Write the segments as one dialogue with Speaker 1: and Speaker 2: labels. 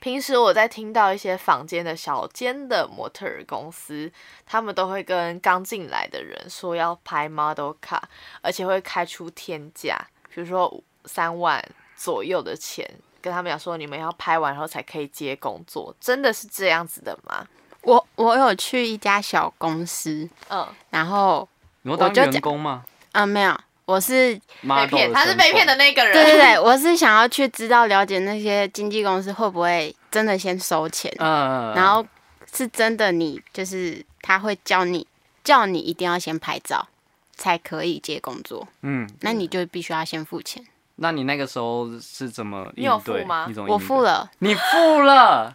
Speaker 1: 平时我在听到一些坊间的小间的模特儿公司，他们都会跟刚进来的人说要拍 model 卡，而且会开出天价，比如说三万左右的钱，跟他们讲说你们要拍完后才可以接工作，真的是这样子的吗？
Speaker 2: 我我有去一家小公司，
Speaker 1: 嗯，
Speaker 2: 然后
Speaker 3: 你要
Speaker 2: 我
Speaker 3: 当
Speaker 2: 就
Speaker 3: 员
Speaker 2: 讲
Speaker 3: 工吗？
Speaker 2: 啊没有，我是
Speaker 1: 被
Speaker 3: 被
Speaker 1: 骗，他是被骗的那个人。
Speaker 2: 对对对，我是想要去知道了解那些经纪公司会不会真的先收钱，
Speaker 3: 嗯，
Speaker 2: 然后是真的你就是他会叫你叫你一定要先拍照才可以接工作，
Speaker 3: 嗯，
Speaker 2: 那你就必须要先付钱。
Speaker 3: 那你那个时候是怎么应对？
Speaker 1: 你有付吗
Speaker 3: 你怎么
Speaker 2: 我
Speaker 3: 应对
Speaker 2: 付， 了，
Speaker 3: 你付了。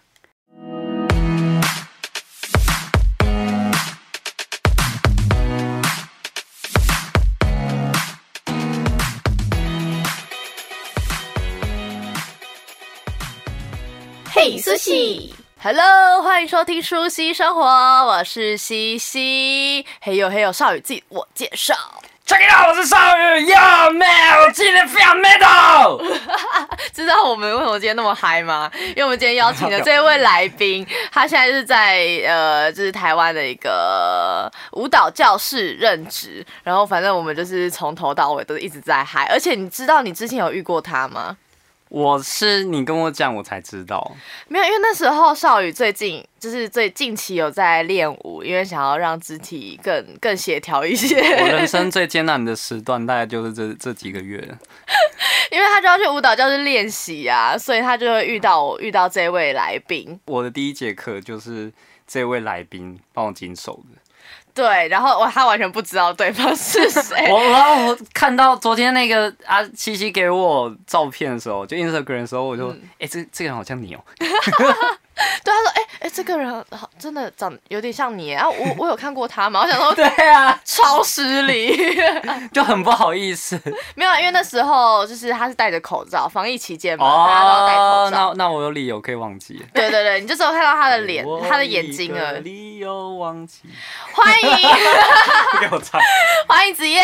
Speaker 1: 嘿，苏西，Hello，欢迎收听《舒西生活》，我是西西。嘿呦嘿呦，少女自己我介绍。
Speaker 3: Check it out，我是少宇，要 man，我今天非常 metal。
Speaker 1: 知道我们为什么今天那么嗨吗？因为我们今天邀请的这位来宾，他现在是在呃，就是台湾的一个舞蹈教室任职。然后反正我们就是从头到尾都一直在嗨，而且你知道你之前有遇过他吗？
Speaker 3: 我是你跟我讲，我才知道。
Speaker 1: 没有，因为那时候少宇最近就是最近期有在练舞，因为想要让肢体更更协调一些。
Speaker 3: 我人生最艰难的时段，大概就是这这几个月。
Speaker 1: 因为他就要去舞蹈教室练习啊，所以他就会遇到我遇到这位来宾。
Speaker 3: 我的第一节课就是这位来宾帮我经手的。
Speaker 1: 对，然后我他完全不知道对方是谁。
Speaker 3: 我然后我看到昨天那个阿七七给我照片的时候，就 Instagram 的时候，我就哎、诶这这个人好像你哦、
Speaker 1: 对，他说：“哎、哎、这个人好真的长有点像你。”啊，我我有看过他嘛，我想说
Speaker 3: 对啊，
Speaker 1: 超失礼。
Speaker 3: 就很不好意思。
Speaker 1: 没有啊，因为那时候就是他是戴着口罩，防疫期间嘛， 大家都要戴
Speaker 3: 哦
Speaker 1: 口，罩
Speaker 3: 那。那我有理由可以忘记。
Speaker 1: 对对对，你就只有看到他的脸
Speaker 3: 我，
Speaker 1: 他的眼睛啊
Speaker 3: 一个
Speaker 1: 了。
Speaker 3: 理由忘 记。
Speaker 1: 欢迎
Speaker 3: 给我唱，
Speaker 1: 欢迎子燕，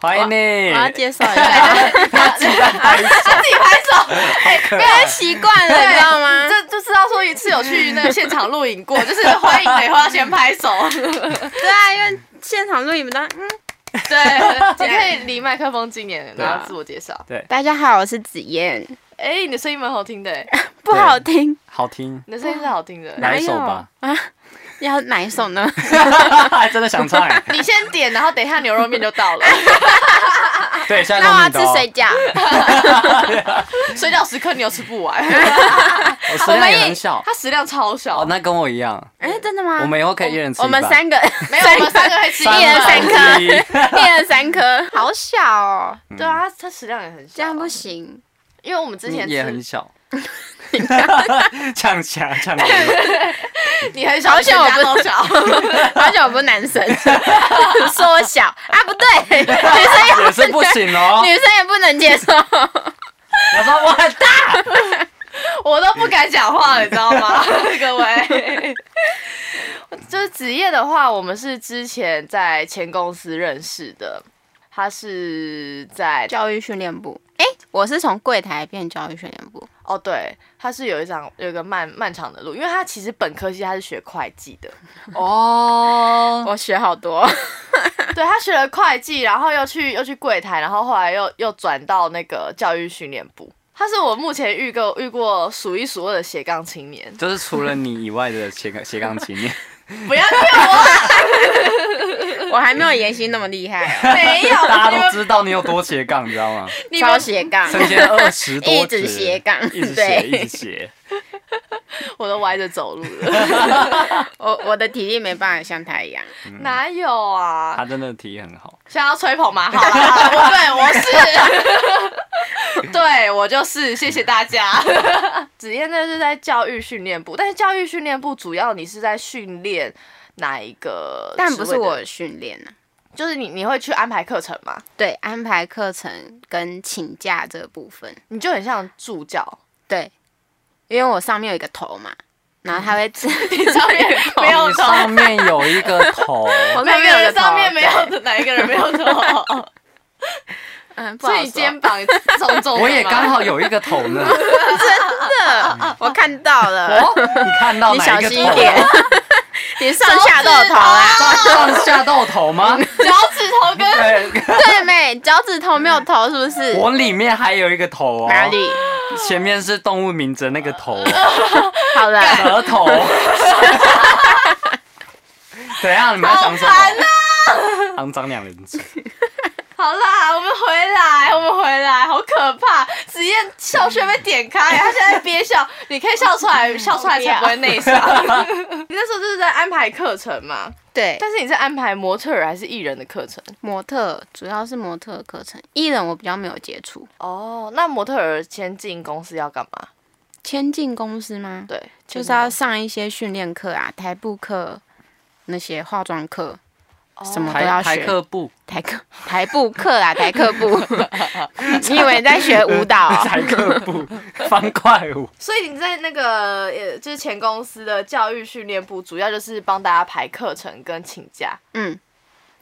Speaker 3: 欢迎
Speaker 2: 我
Speaker 3: 你。
Speaker 2: 要介绍一下，
Speaker 1: 他自己拍 手，自己拍手。
Speaker 2: 太习惯了，你知道吗？
Speaker 1: 这就知道说一次有去那个现场录影过，就是欢迎梅花先拍手。
Speaker 2: 对啊，因为现场录影的。嗯，
Speaker 1: 对，你可以离麦克风近点，然后自我介绍。
Speaker 2: 大家好，我是紫燕，
Speaker 1: 哎、你的声音蛮好听的，欸
Speaker 2: 不好听，
Speaker 3: 好听，
Speaker 1: 你的声音是好听的。
Speaker 3: 来一首吧。
Speaker 2: 要哪一首呢？
Speaker 3: 还 真的想唱哎。
Speaker 1: 你先点，然后等一下牛肉面就到了，
Speaker 3: 对，下一首
Speaker 2: 那我要
Speaker 3: 你
Speaker 2: 吃
Speaker 3: 的哦。
Speaker 2: 水 饺，
Speaker 1: 睡觉时刻你又吃不完，
Speaker 3: 我食量也很小。
Speaker 1: 它食量超小
Speaker 3: 哦，。那跟我一
Speaker 1: 啊
Speaker 3: 样。
Speaker 2: 哎，真的吗？
Speaker 3: 我们以后可以一人吃一
Speaker 2: 我们
Speaker 3: 半
Speaker 2: 三个，
Speaker 1: 没有，我们三个会吃
Speaker 2: 一人三
Speaker 1: 个。
Speaker 2: 颗，
Speaker 3: 一
Speaker 2: 一
Speaker 3: 人
Speaker 2: 人三颗，好小哦，
Speaker 1: 对啊，它它食量也很小，
Speaker 2: 这样不，行。
Speaker 1: 因为我们 之前
Speaker 3: 你嗯也很
Speaker 1: 吃，
Speaker 3: 小。呛起来，呛起来
Speaker 1: 你很小，
Speaker 2: 好像我
Speaker 1: 全家都小。
Speaker 2: 而且我不是男生， 缩小啊，不对，女生也
Speaker 3: 也是不行哦。
Speaker 2: 女生也不能接受。
Speaker 3: 我说我很大。
Speaker 1: 我都不敢讲话了，你知道吗，各位？ 就是子夜的话，我们是之前在前公司认识的，他是在
Speaker 2: 教育训练部，哎，我是从柜台变教育训练部，
Speaker 1: 哦，对，他是有一张有一个漫漫长的路，因为他其实本科系他是学会计的，
Speaker 3: 哦。
Speaker 2: 我学好 多，
Speaker 1: 对他学了会计，然后又去又去柜台，然后后来又又转到那个教育训练部。他是我目前遇过遇过数一数二的斜杠青年，
Speaker 3: 就是除了你以外的斜杠斜杠青年，
Speaker 1: 不要骗我，
Speaker 2: 我还没有妍希那么厉害、哦，
Speaker 1: 没 有，
Speaker 3: 大
Speaker 1: 你
Speaker 3: 家
Speaker 1: 们
Speaker 3: 都知道你有多斜杠，你知道吗？
Speaker 1: 你
Speaker 2: 超
Speaker 1: 们
Speaker 2: 斜杠，
Speaker 3: 身兼二十多职，
Speaker 2: 一直斜杠
Speaker 3: 一直斜，
Speaker 2: 对
Speaker 3: 一直斜。
Speaker 1: 我都歪着走路了。
Speaker 2: 我我的体力没办法像他一样，
Speaker 3: 嗯
Speaker 1: 哪有啊
Speaker 3: 他？真的提议很 好，
Speaker 1: 想要吹 捧吗？好啦，好啦我对我是， 对我就是，谢谢大家。 子燕那是在教育训练部，但是教育训练部主要你是在训练哪一个？
Speaker 2: 但不是，我训练呢、
Speaker 1: 就是你你会去安排课程嘛？
Speaker 2: 对，安排课程跟请假这部分，
Speaker 1: 你就很像助 教，
Speaker 2: 对，因为我上面有一个头嘛，然后他会 自
Speaker 1: 上面没有
Speaker 3: 你
Speaker 1: 头，
Speaker 3: 上面 有一个头，
Speaker 2: 我
Speaker 1: 每个人
Speaker 2: 头
Speaker 1: 上面没有
Speaker 2: 对
Speaker 1: 哪一个人没有头。
Speaker 2: 嗯，不
Speaker 1: 所
Speaker 2: 好
Speaker 1: 以
Speaker 2: 说
Speaker 1: 你肩膀重重的吗
Speaker 3: 我也刚好有一个头 呢。
Speaker 2: 我看到了，
Speaker 3: 哦，你看到
Speaker 2: 你
Speaker 3: 哪
Speaker 2: 小
Speaker 3: 一个
Speaker 2: 心
Speaker 3: 头
Speaker 2: 一？点， 你上下都有头啊啦。
Speaker 3: 上上下都有头 吗？
Speaker 1: 啊脚趾头啊跟
Speaker 3: 对，
Speaker 2: 对妹，脚趾头没有头是不是？
Speaker 3: 我里面还有一个头哦。
Speaker 2: 哪里？？
Speaker 3: 前面是动物名字那个头，
Speaker 2: 好了，
Speaker 3: 额 头。 怎样？
Speaker 1: 啊
Speaker 3: 你们要想什么？肮脏两人组。
Speaker 1: 好啦，我们回来，我们回来，好可怕！实验笑穴被点开，他现在憋笑，你可以笑出 来，笑出来才不会内伤。 你那时候就是在安排课程嘛？
Speaker 2: 对，
Speaker 1: 但是你在安排模特儿还是艺人的课程？
Speaker 2: 模特主要是模特课程，艺人我比较没有接触。
Speaker 1: 哦，那模特儿先进公司要干嘛？
Speaker 2: 签进公司吗？
Speaker 1: 对，
Speaker 2: 就是要上一些训练课啊，台步课，那些化妆课，什么都要
Speaker 3: 台台
Speaker 2: 学。
Speaker 3: 客部，
Speaker 2: 台课台步课啊，台课 步。你以为你在学舞蹈 哦、
Speaker 3: 台客部，方块 舞。
Speaker 1: 所以你在那个呃，就是前公司的教育训练部，主要就是帮大家排课程跟请假。
Speaker 2: 嗯，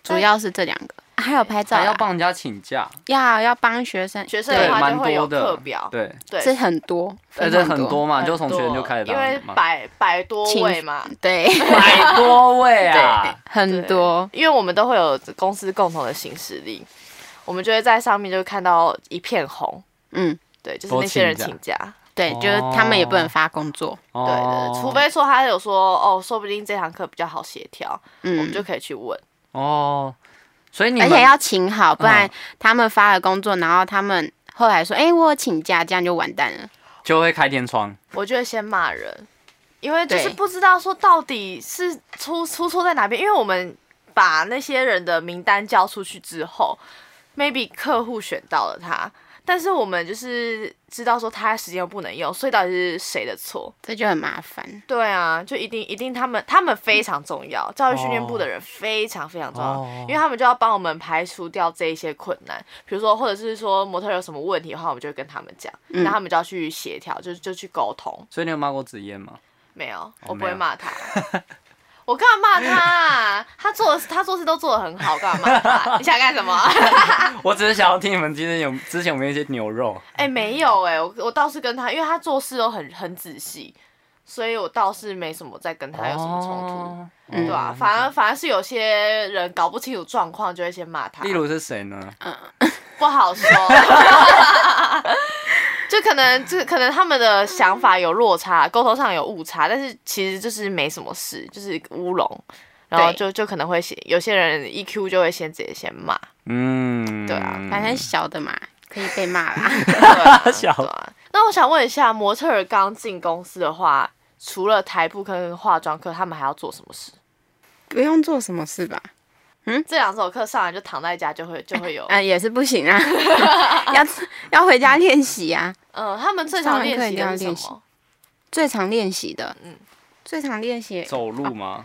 Speaker 2: 主要是这两个，啊还有拍照
Speaker 3: 还
Speaker 2: 啊，
Speaker 3: 要帮人家请假，
Speaker 2: 要要帮学生，
Speaker 1: 学生
Speaker 2: 对
Speaker 1: 的话
Speaker 3: 蛮
Speaker 1: 就会有
Speaker 3: 多的
Speaker 1: 课表
Speaker 3: 对，
Speaker 1: 对，
Speaker 2: 这很多，
Speaker 3: 呃，
Speaker 2: 非
Speaker 3: 这
Speaker 2: 常
Speaker 3: 很多嘛，就从学生就开始
Speaker 1: 因
Speaker 3: 当
Speaker 1: 为
Speaker 3: 嘛，
Speaker 1: 百百多
Speaker 2: 请
Speaker 1: 位嘛，
Speaker 2: 对
Speaker 3: 百多位啊，
Speaker 2: 很多，
Speaker 1: 因为我们都会有公司共同的行事历，我们就会在上面就看到一片红，
Speaker 2: 嗯，
Speaker 1: 对，就是
Speaker 3: 都
Speaker 1: 那些人
Speaker 3: 请
Speaker 1: 请
Speaker 3: 假
Speaker 1: 假，
Speaker 2: 对，就是他们也不能发工作，
Speaker 3: 哦
Speaker 1: 对对，除非说他有说哦，说不定这堂课比较好协调，我
Speaker 2: 嗯
Speaker 1: 们，就可以去问。
Speaker 3: 哦，所以你
Speaker 2: 而
Speaker 3: 们嗯
Speaker 2: 且要请好，不然他们发了工作，然后他们后来说，哎，我有请假，这样就完蛋了。
Speaker 3: 就会开天窗，
Speaker 1: 我就会先骂人，因为就是
Speaker 2: 对
Speaker 1: 不知道说到底是出出错在哪边，因为我们把那些人的名单交出去之后，maybe 客户选到了他，但是我们就是知道说他时间又不能用，所以到底是谁的错？
Speaker 2: 这就很麻烦，
Speaker 1: 对啊，就一定一定他们他们非常重要，教育训练部的人非常非常重要，
Speaker 3: 哦
Speaker 1: 因为他们就要帮我们排除掉这一些困难，比如说或者是说模特儿有什么问题的话，我们就会跟他们讲，
Speaker 2: 嗯
Speaker 1: 那他们就要去协调，就就去沟通。
Speaker 3: 所以你有骂过子 燕吗？
Speaker 1: 没有，我不
Speaker 3: 哎没
Speaker 1: 会
Speaker 3: 有
Speaker 1: 骂 他。我干嘛骂他、啊？他做他做事都做得很好，干嘛骂他？你想干什么？
Speaker 3: 我只是想要听你们今天有之前有没有一些牛肉，
Speaker 1: 哎、没有哎、我我倒是跟他，因为他做事都很很仔细，所以我倒是没什么在跟他有什么冲突，
Speaker 3: 哦
Speaker 2: 嗯
Speaker 1: 对啊吧、反而反而是有些人搞不清楚状况，就会先骂他。
Speaker 3: 例如是谁呢？
Speaker 1: 不好说， 就可能这可能他们的想法有落差，沟通上有误差，但是其实就是没什么事，就是乌龙，然后
Speaker 2: 对
Speaker 1: 就就可能会先有些人 EQ 就会先直接先 骂，
Speaker 3: 嗯，
Speaker 1: 对啊
Speaker 2: 反正小的嘛，可以被骂啦。
Speaker 1: 对啊对
Speaker 3: 小
Speaker 1: 啊。那我想问一下，模特儿刚进公司的话，除了台步跟化妆课，他们还要做什么事？
Speaker 2: 不用做什么事吧？
Speaker 1: 这两首课上来就躺在家就会就会有，
Speaker 2: 啊、也是不行啊， 要要回家练习啊。
Speaker 1: 嗯，他们最
Speaker 2: 上
Speaker 1: 常
Speaker 2: 完课
Speaker 1: 练
Speaker 2: 一
Speaker 1: 习
Speaker 2: 定要
Speaker 1: 的是
Speaker 2: 练
Speaker 1: 什
Speaker 2: 习
Speaker 1: 么？
Speaker 2: 最常练习的，
Speaker 1: 嗯
Speaker 2: 嗯，最常练习
Speaker 3: 走路吗？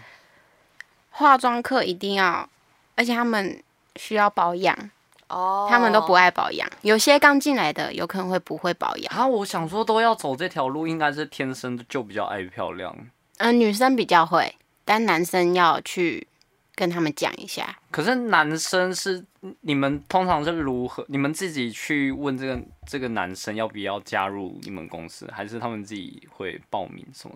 Speaker 2: 化妆课一定要，而且他们需要保养，
Speaker 1: 哦，
Speaker 2: 他们都不爱保养。有些刚进来的有可能会不会保养，
Speaker 3: 啊，我想说都要走这条路，应该是天生就比较爱漂亮。
Speaker 2: 嗯、女生比较会，但男生要去跟他们讲一下。
Speaker 3: 可是男生是你们通常是如何？你们自己去问这个这个男生要不要加入你们公司，还是他们自己会报名什么？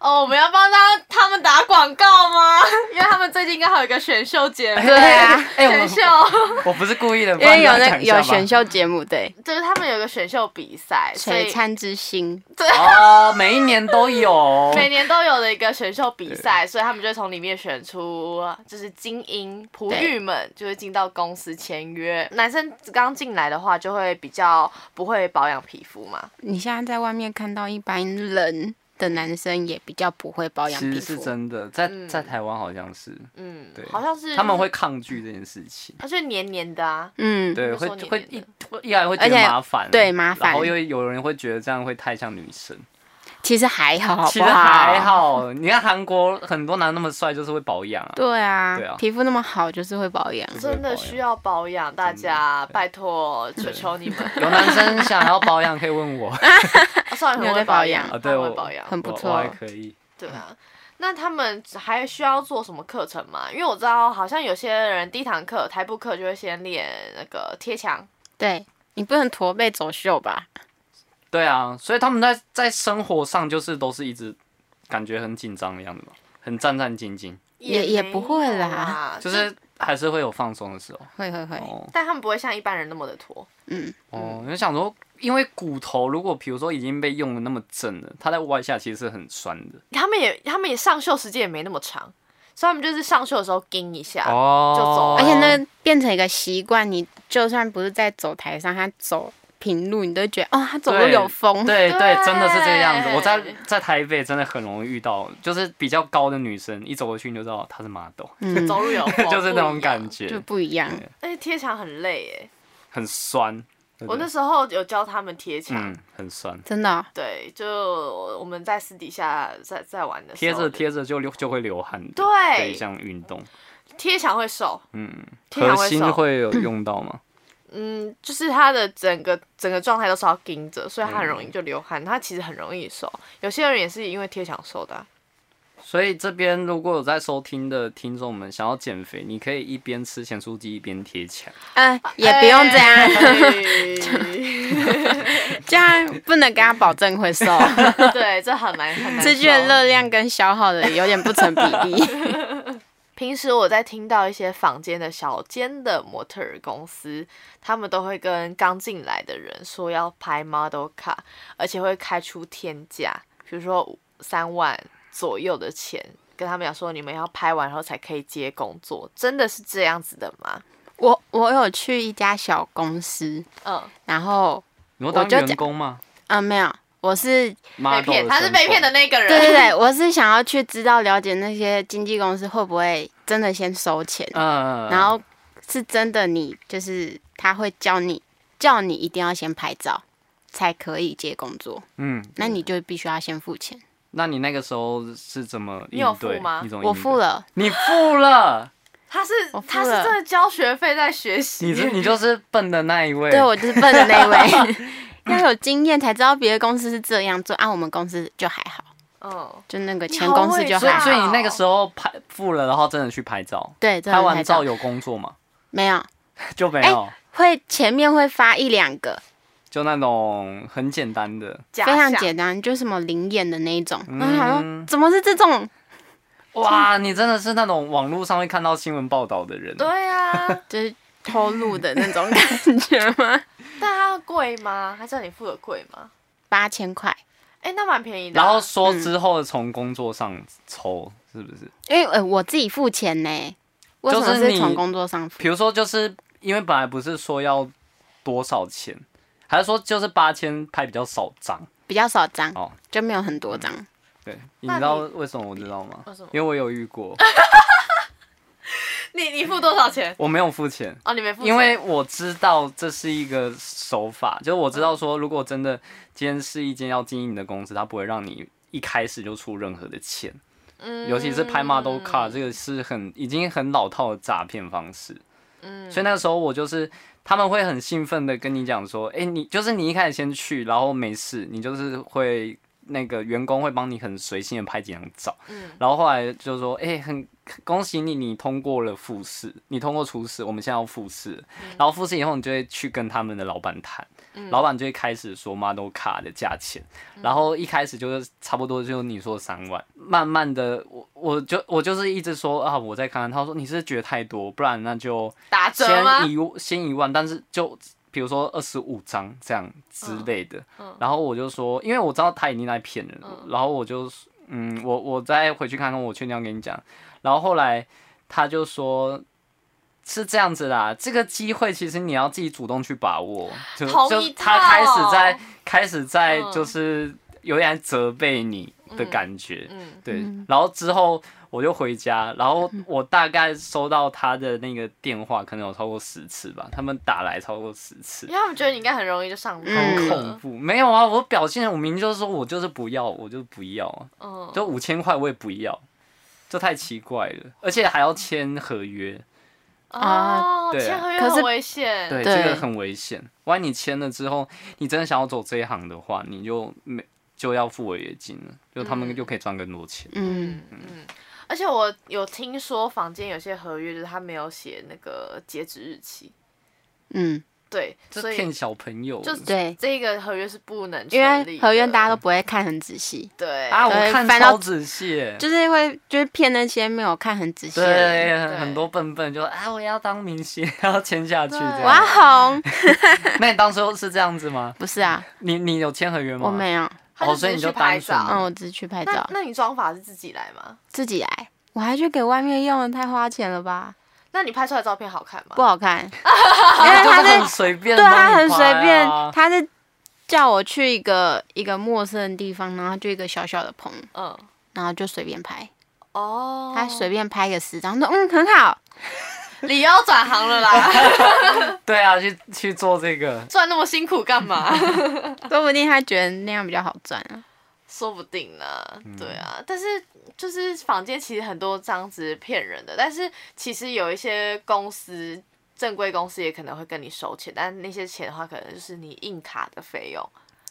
Speaker 1: 哦，我们要帮他他们打广告吗？ 因为他们最近刚好有一个选秀节目，
Speaker 2: 对啊，
Speaker 3: 哎、我
Speaker 1: 选 秀
Speaker 3: 我不是故意的，
Speaker 2: 因为有那
Speaker 3: 不然大家讲一下吧
Speaker 2: 有选秀节目，对，
Speaker 1: 就是他们有一个选秀比赛，所
Speaker 2: 璀
Speaker 1: 以
Speaker 2: 璨之星，
Speaker 3: 哦，每一年都 有。
Speaker 1: 每年都有的一个选秀比赛，所以他们就从里面选出就是精英璞玉们，就会进到公司签约。男生刚进来的话，就会比较不会保养皮肤嘛。
Speaker 2: 你现在在外面看到一般人的男生也比较不会保养
Speaker 3: 其
Speaker 2: 皮
Speaker 3: 实是
Speaker 2: 肤，
Speaker 3: 真的，在
Speaker 1: 嗯
Speaker 3: 在台湾好像是，
Speaker 1: 嗯
Speaker 3: 对，
Speaker 1: 好像是
Speaker 3: 他们会，抗拒这件事情，
Speaker 1: 他就黏黏的啊。
Speaker 2: 嗯，
Speaker 3: 对，
Speaker 1: 就
Speaker 3: 会
Speaker 1: 说你
Speaker 3: 会
Speaker 1: 你
Speaker 3: 一会一来会觉得
Speaker 2: 而且
Speaker 3: 麻烦，
Speaker 2: 对麻烦
Speaker 3: 然后又有人会觉得这样会太像女生，
Speaker 2: 其实还好，好不好？
Speaker 3: 其实还好，你看韩国很多男的那么帅，就是会保养啊，
Speaker 2: 对啊，
Speaker 3: 对啊
Speaker 2: 皮肤那么好，就是会保养。
Speaker 3: 不会
Speaker 1: 真的
Speaker 3: 保养
Speaker 1: 需要保养，大家
Speaker 3: 对
Speaker 1: 拜托，求求你们！
Speaker 3: 有男生想要保养可以问我，
Speaker 1: 啊算了，很
Speaker 2: 你有
Speaker 1: 会
Speaker 2: 在
Speaker 1: 保
Speaker 2: 保
Speaker 1: 养
Speaker 2: 养，
Speaker 3: 啊
Speaker 1: 他
Speaker 3: 对
Speaker 1: 们会
Speaker 3: 我
Speaker 1: 保养，
Speaker 2: 很不
Speaker 3: 我
Speaker 2: 错
Speaker 3: 我还可以。
Speaker 1: 对啊，那他们还需要做什么课程吗？因为我知道好像有些人第一堂课台步课就会先练那个贴墙，
Speaker 2: 对你不能驼背走秀吧？
Speaker 3: 对啊，所以他们在在生活上就是都是一直感觉很紧张的样子嘛，很战战兢兢，
Speaker 2: 也也不会
Speaker 1: 没有
Speaker 2: 啦
Speaker 1: 啦，
Speaker 3: 就是还是会有放松的时候。
Speaker 2: 会会
Speaker 1: 哎
Speaker 2: 会，
Speaker 3: 哦
Speaker 1: 但他们不会像一般人那么的拖，
Speaker 2: 嗯，
Speaker 3: 哦，你就想说，因为骨头如果比如说已经被用的那么正了，它在歪下其实是很酸的。
Speaker 1: 他们也他们也上秀时间也没那么长，所以他们就是上秀的时候盯一下，
Speaker 3: 哦
Speaker 1: 啊就走了
Speaker 2: 而且那变成一个习惯，你就算不是在走台上，他走平路，你都觉得哦，他走路
Speaker 3: 对
Speaker 2: 有风。
Speaker 3: 对对，
Speaker 1: 对
Speaker 3: 真的是这个样子。我在在台北真的很容易遇到，就是比较高的女生，一走过去你就知道她是麻豆，
Speaker 2: 嗯，
Speaker 1: 走 路有风
Speaker 3: 就是那种
Speaker 1: 不一
Speaker 3: 感
Speaker 1: 样
Speaker 2: 就
Speaker 3: 觉，
Speaker 2: 不一样。
Speaker 1: 而且贴墙很累哎，
Speaker 3: 很酸。对不
Speaker 1: 我哦
Speaker 3: 对
Speaker 1: 那时候有教他们贴墙，
Speaker 3: 嗯，很酸，
Speaker 2: 真的哦、
Speaker 1: 对，就我们在私底下在在玩的时
Speaker 3: 贴
Speaker 1: 候，
Speaker 3: 着贴着就流就会流汗的。这一
Speaker 1: 对，
Speaker 3: 项运动，
Speaker 1: 贴墙会瘦，
Speaker 3: 嗯，
Speaker 1: 贴墙
Speaker 3: 核
Speaker 1: 会
Speaker 3: 心
Speaker 1: 瘦，
Speaker 3: 会有用到吗？
Speaker 1: 嗯，就是他的整个整个状态都是要盯着，所以他很
Speaker 3: 嗯
Speaker 1: 容易就流汗，他其实很容易瘦，有些人也是因为贴墙瘦的 啊、
Speaker 3: 所以这边如果有在收听的听众们想要减肥，你可以一边吃咸酥鸡一边贴墙。
Speaker 2: 嗯、也不用这样，
Speaker 1: 哎
Speaker 2: 这样不能跟他保证 会瘦，
Speaker 1: 对，这很难很难
Speaker 2: 这句的
Speaker 1: 瘦
Speaker 2: 热量跟消耗的有点不成比例。
Speaker 1: 平时我在听到一些坊间的小间的模特儿公司，他们都会跟刚进来的人说要拍 model 卡，而且会开出天价，比如说三万左右的钱，跟他们讲说你们要拍完后才可以接工作，真的是这样子的吗？
Speaker 2: 我我有去一家小公司，
Speaker 1: 嗯，
Speaker 2: 然后
Speaker 3: 你会
Speaker 2: 我
Speaker 3: 当
Speaker 2: 就
Speaker 3: 员
Speaker 2: 讲
Speaker 3: 工吗？
Speaker 2: 啊、没有，我是
Speaker 1: 被
Speaker 3: model
Speaker 1: 骗，
Speaker 3: 的
Speaker 1: 他是
Speaker 3: 身
Speaker 1: 被骗的
Speaker 3: 份
Speaker 1: 那个人。
Speaker 2: 对对对，我是想要去知道了解那些经纪公司会不会真的先收钱，
Speaker 3: 嗯，
Speaker 2: 然后是真的你就是他会叫你叫你一定要先拍照才可以接工作，
Speaker 3: 嗯，
Speaker 2: 那你就必须要先付钱。
Speaker 3: 那你那个时候是怎么
Speaker 1: 你有
Speaker 3: 应对
Speaker 1: 付吗
Speaker 3: 你怎么
Speaker 2: 我
Speaker 3: 应对
Speaker 2: 付，了，
Speaker 3: 你付 了，
Speaker 1: 他是
Speaker 2: 我付
Speaker 1: 他是
Speaker 2: 了
Speaker 1: 真的交学费在学习。
Speaker 3: 你是你就是笨的那一位。
Speaker 2: 对我就是笨的那一 位， 要有经验才知道别的公司是这样做，啊，我们公司就还好，
Speaker 1: 嗯，
Speaker 2: 就那个
Speaker 1: 你
Speaker 2: 前
Speaker 1: 好
Speaker 2: 公司
Speaker 1: 会
Speaker 2: 就
Speaker 3: 所
Speaker 2: 还
Speaker 3: 以所以
Speaker 2: 好。
Speaker 3: 你那个时候拍付了，然后真的去拍照，
Speaker 2: 对，真的
Speaker 3: 拍完
Speaker 2: 拍
Speaker 3: 照有工作吗？
Speaker 2: 没有？
Speaker 3: 就没有，
Speaker 2: 会前面会发一两个，
Speaker 3: 就那种很简单的。
Speaker 1: 假
Speaker 2: 非常
Speaker 1: 象
Speaker 2: 简单，就什么灵眼的那一种。然后想说
Speaker 3: 嗯，
Speaker 2: 怎么是这种？
Speaker 3: 哇，你真的是那种网络上会看到新闻报道的人。
Speaker 1: 对啊，
Speaker 2: 就是 偷录的那种感觉吗？
Speaker 1: 但他贵吗？他叫你付的贵吗？
Speaker 2: 八千块，
Speaker 1: 哎、那蛮便宜的啊、
Speaker 3: 然后说之后从工作上抽，是不是？
Speaker 2: 因为呃我自己付钱呢，为什么
Speaker 3: 就是
Speaker 2: 是
Speaker 3: 你
Speaker 2: 从工作上付？
Speaker 3: 比如说，就是因为本来不是说要多少钱，还是说就是八千拍比较少张？
Speaker 2: 比较少张，
Speaker 3: 哦
Speaker 2: 就没有很多张。
Speaker 3: 对，你
Speaker 1: 那
Speaker 3: 知道
Speaker 1: 你
Speaker 3: 为什么我知道吗？
Speaker 1: 为什么
Speaker 3: 因为我有遇过，
Speaker 1: 你你付多少钱？
Speaker 3: 我没有付钱，
Speaker 1: 哦，你没付钱，
Speaker 3: 因为我知道这是一个手法，就是我知道说，如果真的今天是一间要经营的公司，它不会让你一开始就出任何的钱，
Speaker 1: 嗯
Speaker 3: 尤其是拍 model car 这个是很已经很老套的诈骗方式。
Speaker 1: 嗯
Speaker 3: 所以那时候我就是他们会很兴奋的跟你讲说，哎、你就是你一开始先去，然后没事，你就是会那个员工会帮你很随性的拍几张照，
Speaker 1: 嗯
Speaker 3: 然后后来就说，哎、很恭喜你，你通过了复试，你通过初试，我们现在要复试，
Speaker 1: 嗯
Speaker 3: 然后复试以后你就会去跟他们的老板谈。老板就会开始说 model car 的价钱，
Speaker 1: 嗯
Speaker 3: 然后一开始就是差不多就你说三万，慢慢的我我就我就是一直说啊，我再看看，他说你是觉得太多，不然那就
Speaker 1: 打折吗
Speaker 3: 先？一先一万，但是就比如说二十五张这样之
Speaker 1: 嗯
Speaker 3: 类的，然后我就说，因为我知道他已经在骗人了，然后我就嗯，我我再回去看看，我确定要跟你讲，然后后来他就说。是这样子啦，这个机会其实你要自己主动去把握。就
Speaker 1: 同
Speaker 3: 就
Speaker 1: 意
Speaker 3: 他
Speaker 1: 到
Speaker 3: 开始在开始在
Speaker 1: 嗯
Speaker 3: 就是有点责备你的感觉，
Speaker 1: 嗯，
Speaker 3: 对，然后之后我就回家，然后我大概收到他的那个电话，可能有超过十次吧，他们打来超过十次
Speaker 1: 因，为他们觉得你应该很容易就上钩
Speaker 2: 嗯
Speaker 3: 很恐
Speaker 1: 了，
Speaker 3: 怖。没有啊，我表现我明明就是说我就是不要，我就不要啊，
Speaker 1: 嗯，
Speaker 3: 就五千块我也不要，这太奇怪了，而且还要签合约，
Speaker 1: 哦，
Speaker 3: 对啊
Speaker 1: 签合约
Speaker 2: 可是
Speaker 1: 很危险，
Speaker 3: 对，
Speaker 2: 对
Speaker 3: 这个很危险。万一你签了之后，你真的想要走这一行的话，你就没就要付违约金了，就他们
Speaker 1: 嗯
Speaker 3: 就可以赚更多钱。
Speaker 2: 嗯，
Speaker 1: 嗯。而且我有听说，房间有些合约就是他没有写那个截止日期，
Speaker 2: 嗯，
Speaker 1: 对，
Speaker 3: 这
Speaker 1: 所以
Speaker 3: 骗小朋友
Speaker 1: 就
Speaker 2: 对，
Speaker 1: 这个合约是不能
Speaker 2: 因
Speaker 1: 成立的，
Speaker 2: 为合约大家都不会看很仔细，
Speaker 1: 对
Speaker 3: 啊！我
Speaker 2: 对
Speaker 3: 看
Speaker 2: 翻到
Speaker 3: 超仔细欸，
Speaker 2: 就是会就是骗那些没有看很仔细的人。
Speaker 3: 对，很
Speaker 1: 对
Speaker 3: 很多笨笨就啊，我要当明星， 要签下去这
Speaker 1: 对
Speaker 2: 我要
Speaker 3: 样。
Speaker 2: 红，
Speaker 3: 那你当初是这样子吗？
Speaker 2: 不是啊，
Speaker 3: 你你有签合约吗？
Speaker 2: 我没有，
Speaker 1: 他就
Speaker 3: 哦所以
Speaker 1: 只
Speaker 3: 你
Speaker 1: 是
Speaker 3: 就
Speaker 1: 去拍
Speaker 3: 单纯
Speaker 1: 照
Speaker 3: 嘛。
Speaker 2: 嗯，我只是去拍
Speaker 1: 那
Speaker 2: 照，
Speaker 1: 那你妆法是自己来吗？
Speaker 2: 自己来，我还去给外面用，太花钱了吧？
Speaker 1: 那你拍出来的照片好看吗
Speaker 2: 不？好看，因为
Speaker 3: 啊， 就
Speaker 2: 他
Speaker 3: 是很
Speaker 2: 是
Speaker 3: 随便
Speaker 2: 对
Speaker 3: 帮你拍啊，
Speaker 2: 他很随便，他是叫我去一个一个陌生的地方，然后就一个小小的棚，
Speaker 1: 嗯，
Speaker 2: 然后就随便拍，
Speaker 1: 哦，
Speaker 2: 他随便拍个十张，说嗯很好，
Speaker 1: 你要转行了 啦，
Speaker 3: 对啊，去去做这个。
Speaker 1: 赚那么辛苦干嘛？ 啊
Speaker 2: 说不定他觉得那样比较好赚啊。
Speaker 1: 说不定呢，
Speaker 3: 嗯
Speaker 1: 对啊，但是就是坊间其实很多这样子骗人的，但是其实有一些公司正规公司也可能会跟你收钱，但那些钱的话，可能就是你硬卡的费用，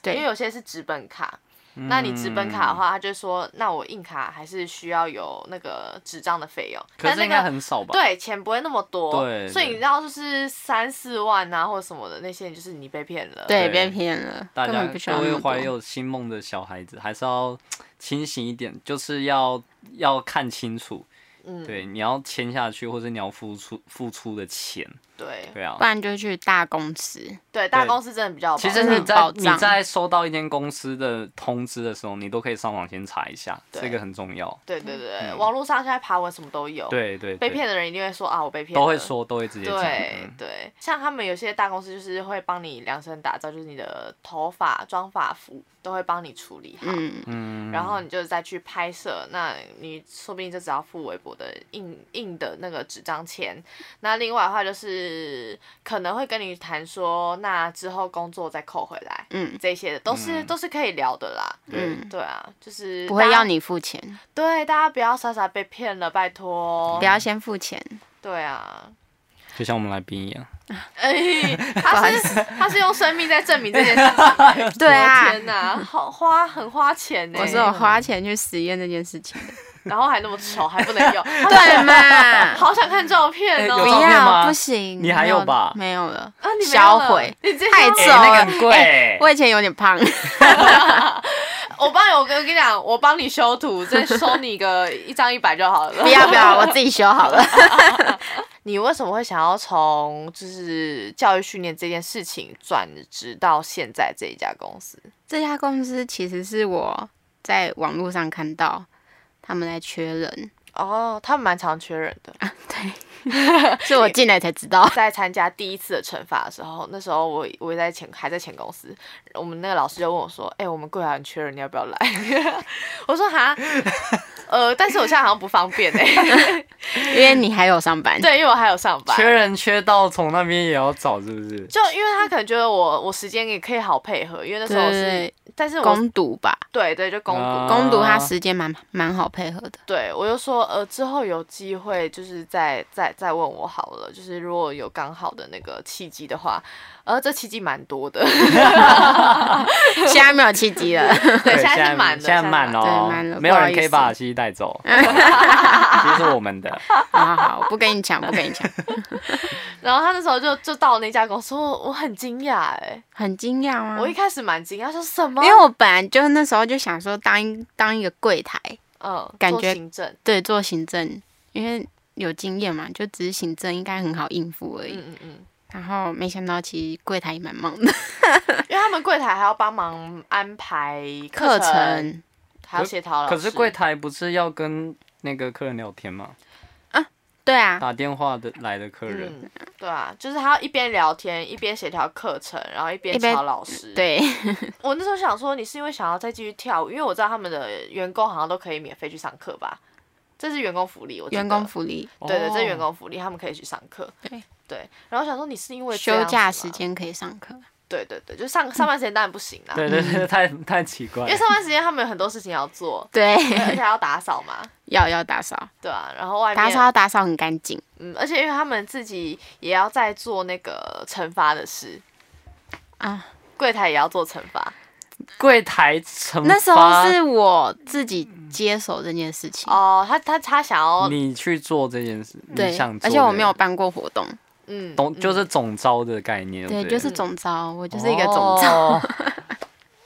Speaker 2: 对
Speaker 1: 因为有些是纸本卡，
Speaker 3: 嗯
Speaker 1: 那你纸本卡的话，他就说那我硬卡还是需要有那个纸张的费用，
Speaker 3: 可
Speaker 1: 但
Speaker 3: 是
Speaker 1: 那
Speaker 3: 应该
Speaker 1: 个
Speaker 3: 很少吧？
Speaker 1: 对，钱不会那么多，
Speaker 3: 对
Speaker 1: 所以你知道就是三四万啊或者什么的那些，就是你被骗了。
Speaker 2: 对，
Speaker 3: 对
Speaker 2: 别骗了，
Speaker 3: 大
Speaker 2: 根
Speaker 3: 家
Speaker 2: 本不需要
Speaker 3: 各
Speaker 2: 那
Speaker 3: 位
Speaker 2: 么
Speaker 3: 怀
Speaker 2: 多。
Speaker 3: 有新梦的小孩子，还是要清醒一点，就是要要看清楚。
Speaker 1: 嗯
Speaker 3: 对，你要签下去，或者你要付出付出的钱，
Speaker 1: 对
Speaker 3: 对啊
Speaker 2: 不。然就去大公司，
Speaker 1: 对，大
Speaker 3: 对
Speaker 1: 公司真的比较嗯有
Speaker 3: 其
Speaker 1: 保
Speaker 3: 实
Speaker 1: 障
Speaker 3: 你
Speaker 2: 很
Speaker 3: 在
Speaker 2: 保
Speaker 3: 你
Speaker 2: 障
Speaker 3: 在收到一间公司的通知的时候，你都可以上网先查一下，
Speaker 1: 对
Speaker 3: 这个很重要。
Speaker 1: 对对对，网络上现在爬文什么都有，
Speaker 3: 嗯对对，
Speaker 1: 被
Speaker 3: 对
Speaker 1: 骗的人一定会说啊，我被骗了，
Speaker 3: 都会说，都会直接讲。
Speaker 1: 对
Speaker 3: 嗯
Speaker 1: 对，像他们有些大公司就是会帮你量身打造，就是你的头发、妆发、服都会帮你处理好，
Speaker 2: 嗯，
Speaker 3: 嗯，
Speaker 1: 然后你就再去拍摄，那你说不定就只要付微博的印印的那个纸张钱。那另外的话就是可能会跟你谈说，那之后工作再扣回来，
Speaker 2: 嗯
Speaker 1: 这些的都是、都是可以聊的啦。
Speaker 3: 对
Speaker 2: 嗯，
Speaker 1: 对啊，就是
Speaker 2: 不会
Speaker 1: 大家
Speaker 2: 要你付钱，
Speaker 1: 对大家不要傻傻被骗了，拜托
Speaker 2: 不。要先付钱，
Speaker 1: 对 啊，
Speaker 3: 就像我们来宾一样，
Speaker 1: 哎、他是他是用生命在证明这件 事情。
Speaker 3: 嗯
Speaker 2: 对啊，
Speaker 1: 天哪、好花很花钱呢、
Speaker 2: 我是有花钱去实验这件事 情的，
Speaker 1: 然后还那么丑，还不能 用，
Speaker 2: 对嘛？
Speaker 1: 好想看照片哦、
Speaker 3: 哎有
Speaker 2: 不
Speaker 3: 照片吗
Speaker 2: 要，不行，
Speaker 3: 你还
Speaker 2: 没有
Speaker 3: 有吧
Speaker 2: 没有了，
Speaker 1: 啊，你没有
Speaker 2: 销
Speaker 1: 了
Speaker 2: 毁
Speaker 1: 你这啊
Speaker 2: 太
Speaker 3: 哎
Speaker 2: 丑
Speaker 3: 那个
Speaker 2: 了，
Speaker 3: 很贵
Speaker 2: 哎我以前有 点胖，
Speaker 1: 我帮你，我跟我跟你讲，我帮你修图，再收你个一张一百就好了。
Speaker 2: 不要不要，我自己修好了。
Speaker 1: 你为什么会想要从就是教育训练这件事情转职到现在这一家公司？
Speaker 2: 这家公司其实是我在网络上看到他们在缺人，
Speaker 1: 哦，他们蛮常缺人 的。
Speaker 2: 是我进来才知道。
Speaker 1: 在参加第一次的惩罚的时候，那时候我我也在前还在前公司，我们那个老师就问我说：“哎、我们贵阳缺人，你要不要来？” 我说：“哈，呃，但是我现在好像不方便哎、
Speaker 2: 因为你还有上班，
Speaker 1: 对，因为我还有上班。”
Speaker 3: 缺人缺到从那边也要找，是不是？
Speaker 1: 就因为他可能觉得我我时间也可以好配合，因为那时候我是
Speaker 2: 对，
Speaker 1: 但是我
Speaker 2: 攻读吧，
Speaker 1: 对对就攻读，
Speaker 3: 啊
Speaker 2: 攻读他时间蛮蛮好配合的。
Speaker 1: 对我就说呃之后有机会就是再再再问我好了，就是如果有刚好的那个契机的话，呃这契机蛮多的，
Speaker 2: 现在没有契机了，
Speaker 1: 对现在是
Speaker 3: 现
Speaker 1: 满的
Speaker 3: 现
Speaker 1: 现在
Speaker 3: 在满
Speaker 2: 满了
Speaker 3: 哦
Speaker 2: 对满了，
Speaker 3: 没有
Speaker 2: 不好
Speaker 3: 人
Speaker 2: 意
Speaker 3: 可以
Speaker 2: 思
Speaker 3: 把西西带走，西西是我们的。
Speaker 2: 好好好，我不跟你讲，不跟你讲，
Speaker 1: 然后他那时候就就到那家公司，我我很惊讶哎，
Speaker 2: 很惊讶吗？
Speaker 1: 我一开始蛮惊讶，说什么？
Speaker 2: 嗯因为我本来就那时候就想说当一当一个柜台，
Speaker 1: 嗯，
Speaker 2: 感
Speaker 1: 做
Speaker 2: 觉
Speaker 1: 行政，
Speaker 2: 对，做行政，因为有经验嘛，就只是行政应该很好应付而已。
Speaker 1: 嗯嗯嗯，
Speaker 2: 然后没想到其实柜台也蛮忙的，
Speaker 1: 因为他们柜台还要帮忙安排
Speaker 2: 课
Speaker 1: 程，
Speaker 2: 程
Speaker 1: 还要协调老师，
Speaker 3: 可是柜台不是要跟那个客人聊天吗？
Speaker 2: 对啊，
Speaker 3: 打电话的来的客人，
Speaker 1: 嗯，对啊，就是他要一边聊天，一边协调课程，然后一边
Speaker 2: 一边
Speaker 1: 找老师。，
Speaker 2: 对，
Speaker 1: 我那时候想说，你是因为想要再继续跳舞，因为我知道他们的员工好像都可以免费去上课吧，这是员工福利，我记得
Speaker 2: 员工福利，
Speaker 1: 嗯对对，这是员
Speaker 3: 哦。
Speaker 1: 工福利，他们可以去上课。
Speaker 2: 对
Speaker 1: 对，然后想说你是因为这
Speaker 2: 休
Speaker 1: 样
Speaker 2: 假
Speaker 1: 子
Speaker 2: 时
Speaker 1: 吗，
Speaker 2: 间可以上课，
Speaker 1: 对对对，就上上班时间当然不行啦，
Speaker 3: 对对对，太太奇怪
Speaker 1: 因为
Speaker 3: 了。
Speaker 1: 上班时间他们有很多事情要做，
Speaker 2: 对，
Speaker 1: 而且还要打扫嘛，
Speaker 2: 要要打扫，
Speaker 1: 对啊，然后外面
Speaker 2: 打扫要打扫很干净，
Speaker 1: 嗯，而且因为他们自己也要在做那个惩罚的事
Speaker 2: 啊，
Speaker 1: 柜台也要做惩罚
Speaker 3: 柜台惩罚
Speaker 2: 那时候是我自己接手这件事情，
Speaker 1: 哦。他他他想要
Speaker 3: 你去做这件事，
Speaker 2: 对
Speaker 3: 你想，做
Speaker 2: 而且我
Speaker 3: 嗯的
Speaker 2: 没有办过活动，
Speaker 1: 嗯，
Speaker 3: 懂就是总招的概念，
Speaker 2: 对，
Speaker 3: 不
Speaker 2: 就是总招，我就是一
Speaker 1: 哦
Speaker 2: 个总招。
Speaker 3: 招。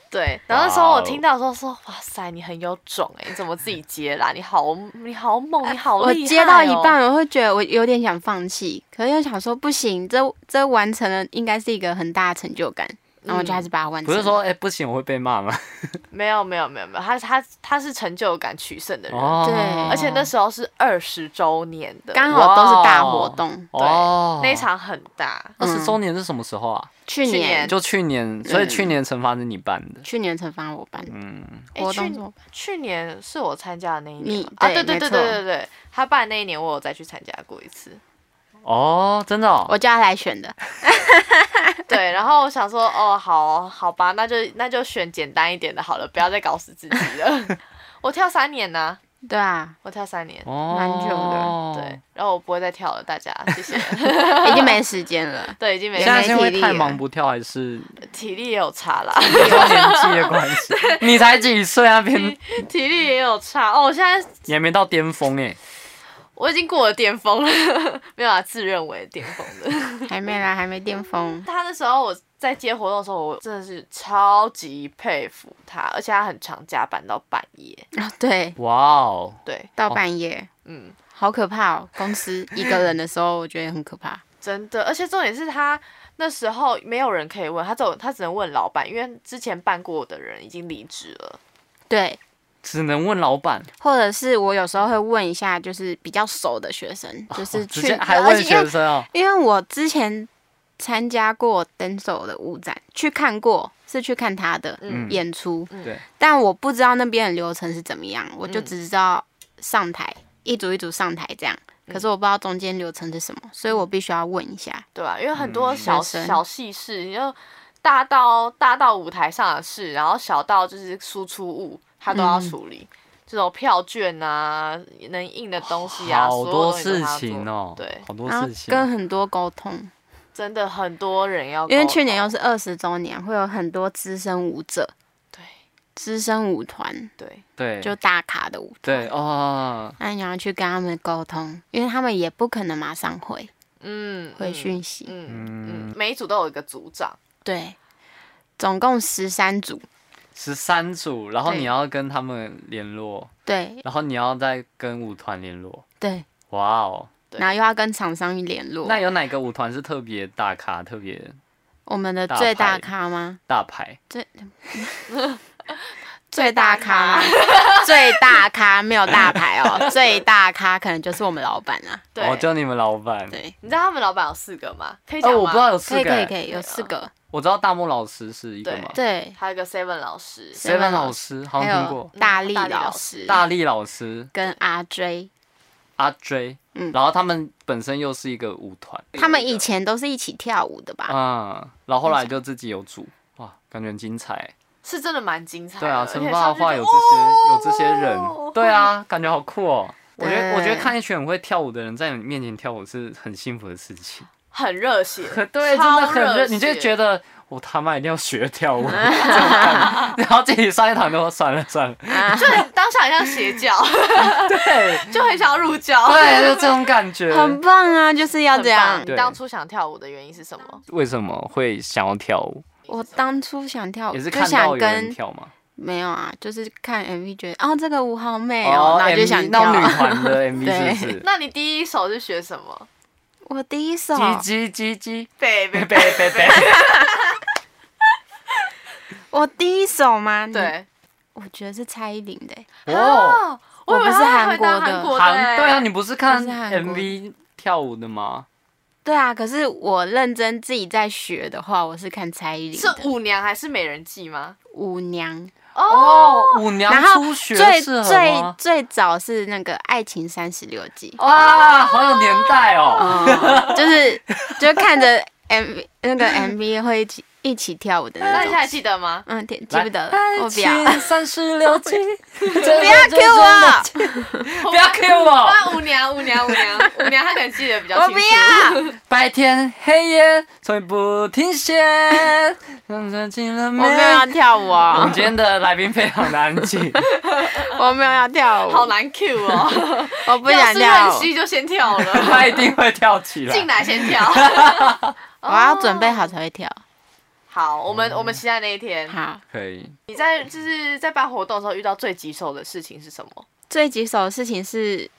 Speaker 1: 对，然后那时候
Speaker 3: 哇
Speaker 1: 我
Speaker 3: 哦
Speaker 1: 听到说说，哇塞，你很有种哎、你怎么自己接啦？你好，你好猛，你好
Speaker 2: 我
Speaker 1: 厉害、哦
Speaker 2: 接到一，半，我会觉得我有点想放弃，可是又想说不行，这这完成了应该是一个很大的成就感，然后我就还是把它完成。
Speaker 3: 不是说哎、不行，我会被骂吗？
Speaker 1: 没有没有没有没有，他他他是成就感取胜的人，
Speaker 3: 哦，
Speaker 2: 对
Speaker 1: 而且那时候是二十周年的，
Speaker 2: 刚好都是大活动，
Speaker 3: 哦，
Speaker 1: 那一场很大，
Speaker 3: 二
Speaker 2: 嗯
Speaker 3: 十周年是什么时候啊？
Speaker 2: 去
Speaker 1: 去
Speaker 2: 年
Speaker 1: 年
Speaker 3: 就去
Speaker 2: 嗯
Speaker 3: 年，所以去年惩罚是你办的。
Speaker 2: 去年惩罚我办
Speaker 3: 嗯，
Speaker 1: 诶
Speaker 2: 活
Speaker 1: 去哦
Speaker 2: 动是我办，
Speaker 1: 去年是我参加的那一年
Speaker 2: 你
Speaker 1: 嘛啊，
Speaker 2: 对
Speaker 1: 对对
Speaker 2: 没
Speaker 1: 对
Speaker 2: 错
Speaker 1: 对对对，他办的那一年我有再去参加过一次，
Speaker 3: 哦，真的、哦，
Speaker 2: 我叫他来选的。
Speaker 1: 对，然后我想说，哦，好好吧，那就那就选简单一点的好了，不要再搞死自己了。 我跳三年呢、
Speaker 2: 对啊，
Speaker 1: 我跳三年，
Speaker 3: 哦，
Speaker 2: 蛮久的
Speaker 1: 对，，然后我不会再跳了，大家谢 谢。
Speaker 2: 已经没时间了。
Speaker 1: 对，已经没
Speaker 3: 现在
Speaker 1: 有
Speaker 3: 是因为
Speaker 2: 啊
Speaker 3: 太忙不跳，还是
Speaker 1: 体力也有差啦，
Speaker 3: 因为年纪的关系？你才几岁啊？边
Speaker 1: 体力也有差哦。我现在
Speaker 3: 你还没到巅峰哎、
Speaker 1: 我已经过了巅峰了， 没有啊，自认为巅峰的。
Speaker 2: 还没啦，还没巅峰。
Speaker 1: 他那时候我在接活动的时候，我真的是超级佩服他，而且他很常加班到半夜。
Speaker 2: 啊，对，
Speaker 3: 哇哦，
Speaker 1: 对，
Speaker 2: 到半夜，
Speaker 1: 嗯，
Speaker 2: 好可怕哦！公司一个人的时候，我觉得很可怕。
Speaker 1: 真的，而且重点是他那时候没有人可以问他，只有他只能问老板，因为之前办过的人已经离职了。
Speaker 2: 对，
Speaker 3: 只能问老板，
Speaker 2: 或者是我有时候会问一下，就是比较熟的学生，就是
Speaker 3: 哦直
Speaker 2: 去，
Speaker 3: 接还
Speaker 2: 而
Speaker 3: 问
Speaker 2: 且因
Speaker 3: 学
Speaker 2: 为
Speaker 3: 生哦。
Speaker 2: 因为我之前参加过 Denso 的舞展，去看过，是去看他的
Speaker 1: 嗯
Speaker 2: 演出，
Speaker 1: 嗯
Speaker 3: 对
Speaker 2: 但我不知道那边的流程是怎么样，我就
Speaker 1: 嗯
Speaker 2: 只知道上台一组一组上台这样，
Speaker 3: 嗯
Speaker 2: 可是我不知道中间流程是什么，所以我必须要问一下。
Speaker 1: 对啊，因为很
Speaker 3: 嗯
Speaker 1: 多小、
Speaker 2: 学生
Speaker 1: 小细事，你就大到大到舞台上的事，然后小到就是输出物，他都要
Speaker 3: 嗯
Speaker 1: 处理。这种票券啊，能印的东西啊，
Speaker 3: 好多事
Speaker 1: 所有东西
Speaker 3: 情
Speaker 1: 都
Speaker 3: 哦，
Speaker 1: 他做对，
Speaker 3: 好多
Speaker 2: 然后
Speaker 3: 事情，
Speaker 2: 跟很多沟通，
Speaker 1: 真的很多人
Speaker 3: 哦
Speaker 1: 要沟通，
Speaker 2: 因为去年又是二十周年，会有很多资深舞者、
Speaker 1: 对
Speaker 2: 资深舞团，
Speaker 1: 对
Speaker 3: 对，
Speaker 2: 就大咖的舞
Speaker 3: 对哦，
Speaker 2: 那你要去跟他们沟通，因为他们也不可能马上回
Speaker 1: 嗯
Speaker 2: 回讯息。
Speaker 1: 嗯嗯嗯，每一组都有一个组长，
Speaker 2: 对，总共十三组。
Speaker 3: 十三组，然后
Speaker 2: 对
Speaker 3: 你要跟他们联络，
Speaker 2: 对
Speaker 3: 然后你要再跟舞团联络，
Speaker 2: 对，
Speaker 3: 哇哦，
Speaker 1: 对
Speaker 2: 然后又要跟厂商联络。
Speaker 3: 那有哪个舞团是特别大咖、特别
Speaker 2: 我们的
Speaker 3: 大
Speaker 2: 最大
Speaker 3: 牌
Speaker 2: 咖吗？
Speaker 3: 大牌？
Speaker 2: 最大咖吗？ 最大咖没有大牌 哦，最大咖可能就是我们老板啊。
Speaker 1: 对，
Speaker 3: 哦，就你们老板。
Speaker 2: 对，
Speaker 1: 你知道他们老板有四个吗？可以讲
Speaker 3: 哦，
Speaker 1: 吗？
Speaker 3: 我不知道有四
Speaker 2: 可以
Speaker 3: 个
Speaker 2: 可以
Speaker 3: 欸，
Speaker 2: 可以，有四个。
Speaker 3: 我知道大漠老师是一个
Speaker 1: 对
Speaker 3: 嘛
Speaker 2: 对，
Speaker 1: 还有一个 Seven 老师，
Speaker 2: Seven
Speaker 3: ，Seven
Speaker 2: 老
Speaker 3: 老师好
Speaker 2: 还
Speaker 3: 像听过
Speaker 2: 有，大
Speaker 1: 嗯
Speaker 2: 力
Speaker 1: 大力
Speaker 2: 老
Speaker 1: 老
Speaker 2: 师
Speaker 1: 师、
Speaker 3: 大力老师
Speaker 2: 跟阿 J，
Speaker 3: 阿 J，
Speaker 2: 嗯
Speaker 3: 然后他们本身又是一个舞团，
Speaker 2: 他们以前都是一起跳舞的吧？
Speaker 3: 嗯，然后后来就自己有组，哇，感觉很精彩。
Speaker 1: 是真的蛮精彩的。
Speaker 3: 对
Speaker 1: 而
Speaker 3: 啊，惩
Speaker 1: 且
Speaker 3: 罚的
Speaker 1: 上去
Speaker 3: 话
Speaker 1: 就
Speaker 3: 有这些有这些
Speaker 1: 哦
Speaker 3: 人，对啊，感觉好酷 哦。我觉得我觉
Speaker 2: 对
Speaker 3: 得看一群很会跳舞的人在你面前跳舞是很幸福的事情。
Speaker 1: 很热血，
Speaker 3: 对，真的很
Speaker 1: 超
Speaker 3: 热，
Speaker 1: 热
Speaker 3: 你就
Speaker 1: 血
Speaker 3: 觉得我他妈一定要学 跳舞，这种感觉然后自己上一堂就说算了算了，
Speaker 1: 就当下很像邪教，
Speaker 3: 对
Speaker 1: 就很想要入教。
Speaker 3: 对，就这种感觉。
Speaker 2: 很棒啊，就是要
Speaker 1: 很
Speaker 2: 这样
Speaker 1: 棒。
Speaker 3: 对
Speaker 1: 你当初想跳舞的原因是什么？
Speaker 3: 为什么会想要跳舞？
Speaker 2: 我当初想跳舞，
Speaker 3: 也是
Speaker 2: 就
Speaker 3: 看到
Speaker 2: 想
Speaker 3: 有人
Speaker 2: 跟
Speaker 3: 跳嘛？
Speaker 2: 没有啊，就是看 MV 觉得哦这个舞好美哦，然后就
Speaker 3: MV
Speaker 2: 想
Speaker 3: 那
Speaker 2: 跳。
Speaker 3: 种女团的 MV
Speaker 2: 对
Speaker 3: 是 不是？
Speaker 1: 那你第一首是学什么？
Speaker 2: 我第一首
Speaker 3: 叽叽叽 叽，
Speaker 1: 贝
Speaker 3: 贝
Speaker 1: 贝
Speaker 3: 贝贝贝，
Speaker 2: 我第一首吗？你
Speaker 1: 对，
Speaker 2: 我觉得是蔡依林的欸、
Speaker 3: 哦，
Speaker 1: 哦，我以
Speaker 2: 我
Speaker 1: 为
Speaker 2: 不
Speaker 1: 他
Speaker 2: 是
Speaker 1: 会
Speaker 2: 韩国
Speaker 1: 当
Speaker 2: 的
Speaker 1: 韩国的
Speaker 3: 韩
Speaker 1: 欸，
Speaker 3: 对啊，你不是看
Speaker 2: 不是韩国
Speaker 3: MV 跳舞的吗？
Speaker 2: 对啊，可是我认真自己在学的话，我是看蔡依林
Speaker 1: 欸是
Speaker 2: 的
Speaker 1: 舞娘还是美人计吗？
Speaker 2: 舞娘，
Speaker 1: 哦，
Speaker 3: 哦，舞娘
Speaker 2: 然后
Speaker 3: 初学
Speaker 2: 最
Speaker 3: 适合
Speaker 2: 最哦
Speaker 3: 吗？
Speaker 2: 最早是那个《爱情三十六计
Speaker 3: 哇，啊好有年代哦！》，
Speaker 2: 就是就看着 MV 那个 MV 会一起一起跳舞的
Speaker 1: 那
Speaker 2: 那
Speaker 1: 你
Speaker 2: 种
Speaker 1: 现。在记得吗？
Speaker 2: 嗯，记记
Speaker 3: 来
Speaker 2: 不得了，
Speaker 3: 爱
Speaker 2: 我不要。
Speaker 3: 情三十六计，不
Speaker 2: 不要 Q 我，
Speaker 3: 不要 Q 我。
Speaker 1: 那啊舞娘，舞娘，舞娘，舞娘，她可能记得比较
Speaker 2: 我
Speaker 1: 清
Speaker 2: 不
Speaker 1: 楚。
Speaker 2: 要，
Speaker 3: 白天黑夜从来不停歇，让人进了
Speaker 2: 我没有要
Speaker 3: 没？
Speaker 2: 跳舞
Speaker 3: 我 们
Speaker 2: 哦，
Speaker 3: 今天的来宾非常的安静，
Speaker 2: 我没有要跳舞，
Speaker 1: 好难 Q 哦，
Speaker 2: 我不
Speaker 1: 要
Speaker 2: 想
Speaker 1: 是认
Speaker 2: 跳舞，
Speaker 1: 识就先跳了，
Speaker 3: 他一定会跳起来。
Speaker 1: 进来先跳。
Speaker 2: 我要准备好才会跳。
Speaker 1: 好，我们我们期待那一天。
Speaker 2: 嗯好，
Speaker 3: 可以，
Speaker 1: 你在就是在办活动的时候遇到最棘手的事情是什么？
Speaker 2: 最棘手的事情是，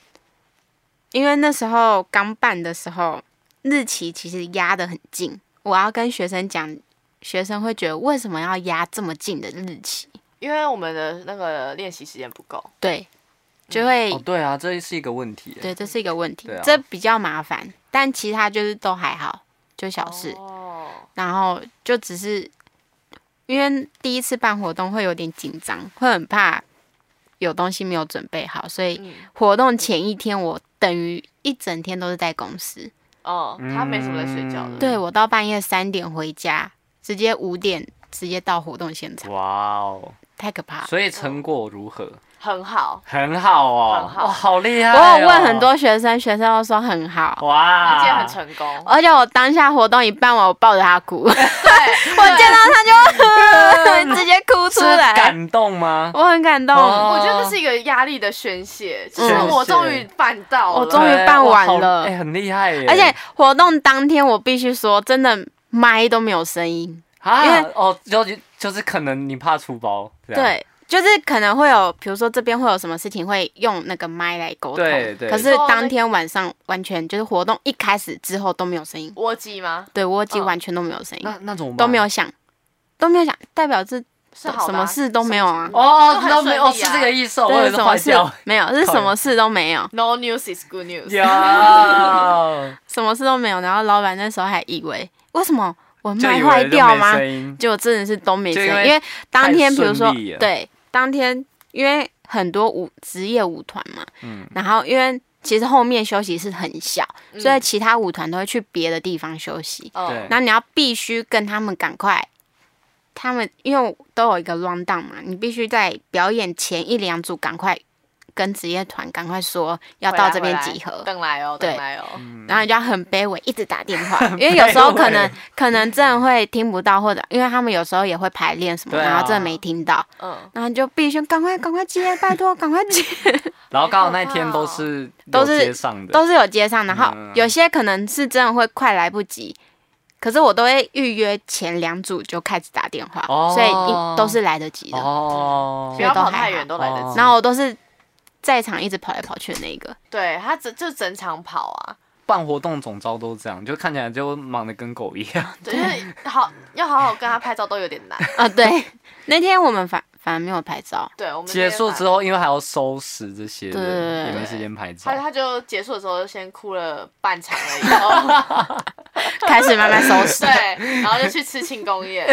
Speaker 2: 因为那时候刚办的时候，日期其实压得很近，我要跟学生讲，学生会觉得为什么要压这么近的日期？
Speaker 1: 因为我们的那个练习时间不够，
Speaker 2: 对，就会、
Speaker 3: 哦，对啊，这是一个问题耶。
Speaker 2: 嗯对，这是一个问题，
Speaker 3: 对啊
Speaker 2: 这比较麻烦，但其他就是都还好，就小事。
Speaker 1: 哦，
Speaker 2: 然后就只是因为第一次办活动会有点紧张，会很怕有东西没有准备好，所以
Speaker 1: 嗯，
Speaker 2: 活动前一天我等于一整天都是在公司，
Speaker 1: 哦，他没什么在睡觉的。
Speaker 3: 嗯
Speaker 2: 对我到半夜三点回家，直接五点直接到活动现场，
Speaker 3: 哇哦，
Speaker 2: 太可怕了。
Speaker 3: 所以成果如何？
Speaker 1: 很好，
Speaker 3: 很好哦，
Speaker 1: 很好
Speaker 3: 哇好厉害、哦
Speaker 2: 我有问很，多学生，学生都说很好。
Speaker 1: 他今天
Speaker 3: 哇
Speaker 1: 很，成功。
Speaker 2: 而且我当下活动一办完，我抱着他哭，
Speaker 1: 对，
Speaker 2: 我见到 他就直接哭出
Speaker 3: 嗯是
Speaker 2: 来，
Speaker 3: 感动吗？
Speaker 2: 我很感动。
Speaker 3: 哦
Speaker 1: 我觉得这是一个压力的宣泄，就是
Speaker 3: 嗯
Speaker 1: 我终于办到了，
Speaker 2: 我终于
Speaker 3: 对
Speaker 2: 办
Speaker 3: 哇
Speaker 2: 完
Speaker 3: 好
Speaker 2: 了
Speaker 3: 哎、很厉害耶！
Speaker 2: 而且活动当天，我必须说，真的麦都没有声音。
Speaker 3: 啊，
Speaker 2: 因为
Speaker 3: 哦，就就是可能你怕出包，这样，
Speaker 2: 对，就是可能会有，比如说这边会有什么事情，会用那个麦来沟通。
Speaker 3: 对对
Speaker 2: 可是当天晚上完全就是活动一开始之后都没有声音，
Speaker 1: 窝机吗？
Speaker 2: 对我耳机
Speaker 1: 嗯
Speaker 2: 完全都没有声音，
Speaker 3: 那那怎么办哦
Speaker 2: 都没有响，都没有响，代表是
Speaker 1: 是好的
Speaker 2: 什
Speaker 1: 啊
Speaker 2: 么事都没有啊
Speaker 3: 哦
Speaker 1: 都，很
Speaker 3: 都没有、
Speaker 1: 顺利啊
Speaker 3: 哦、是这个意思哦，我
Speaker 2: 对
Speaker 3: 也
Speaker 2: 什
Speaker 3: 是
Speaker 2: 么
Speaker 3: 坏
Speaker 2: 事
Speaker 3: 掉。
Speaker 2: 没有，是什么事都没有，
Speaker 1: No news is good news。
Speaker 3: 有，
Speaker 2: 什么事都没有。然后老板那时候还以为为什么我
Speaker 3: 就
Speaker 2: 麦
Speaker 3: 以为
Speaker 2: 坏
Speaker 3: 就
Speaker 2: 掉
Speaker 3: 没
Speaker 2: 吗？
Speaker 3: 声音
Speaker 2: 结果真的是都没声音，
Speaker 3: 就因为
Speaker 2: 因为当天
Speaker 3: 太
Speaker 2: 比如说
Speaker 3: 顺利了
Speaker 2: 对当天因为很多舞职业舞团嘛，
Speaker 3: 嗯
Speaker 2: 然后因为其实后面休息室很小，
Speaker 1: 嗯
Speaker 2: 所以其他舞团都会去别的地方休息，
Speaker 1: 哦
Speaker 3: 对
Speaker 2: 然后你要必须跟他们赶快。他们因为都有一个 round down 嘛，你必须在表演前一两组赶快跟职业团赶快说要
Speaker 1: 回
Speaker 2: 到
Speaker 1: 来
Speaker 2: 这边
Speaker 1: 回来
Speaker 2: 集合，
Speaker 1: 等来哦，
Speaker 2: 对嗯
Speaker 1: 等来哦，
Speaker 3: 嗯
Speaker 2: 然后你就要很卑微，一直打电 话，因为有时候可能可能真的会听不到，或者因为他们有时候也会排练什么，
Speaker 3: 对啊
Speaker 2: 然后真的没听到，
Speaker 1: 嗯，
Speaker 2: 然后你就必须赶快赶快接，拜托赶快 接，
Speaker 3: 然后刚好那一天都是
Speaker 2: 都是
Speaker 3: 有接上的，
Speaker 2: 都是有接上，然后
Speaker 3: 嗯
Speaker 2: 有些可能是真的会快来不及，可是我都会预约前两组就开始打电话，
Speaker 3: 哦
Speaker 2: 所以一都是来得及的，
Speaker 3: 哦
Speaker 1: 不，要
Speaker 2: 都
Speaker 1: 跑
Speaker 2: 还
Speaker 1: 太
Speaker 2: 好
Speaker 1: 远都来得及
Speaker 3: 哦。
Speaker 2: 然后我都是在场一直跑来跑去的那一个，
Speaker 1: 对他整就整场跑啊，
Speaker 3: 办活动总招都这样，就看起来就忙得跟狗一样。
Speaker 1: 对，就是好要好好跟他拍照都有点难。
Speaker 2: 啊对， 那天我们反反而没有拍照，
Speaker 1: 对，我们
Speaker 3: 结束之
Speaker 1: 后，
Speaker 3: 后，因为还要收拾这些
Speaker 2: 对对
Speaker 3: 的，
Speaker 2: 对
Speaker 3: 也没时间拍照
Speaker 1: 他。他就结束的时候就先哭了半场而已，然后
Speaker 2: 开始慢慢收拾。
Speaker 1: 对，然后就去吃庆功宴，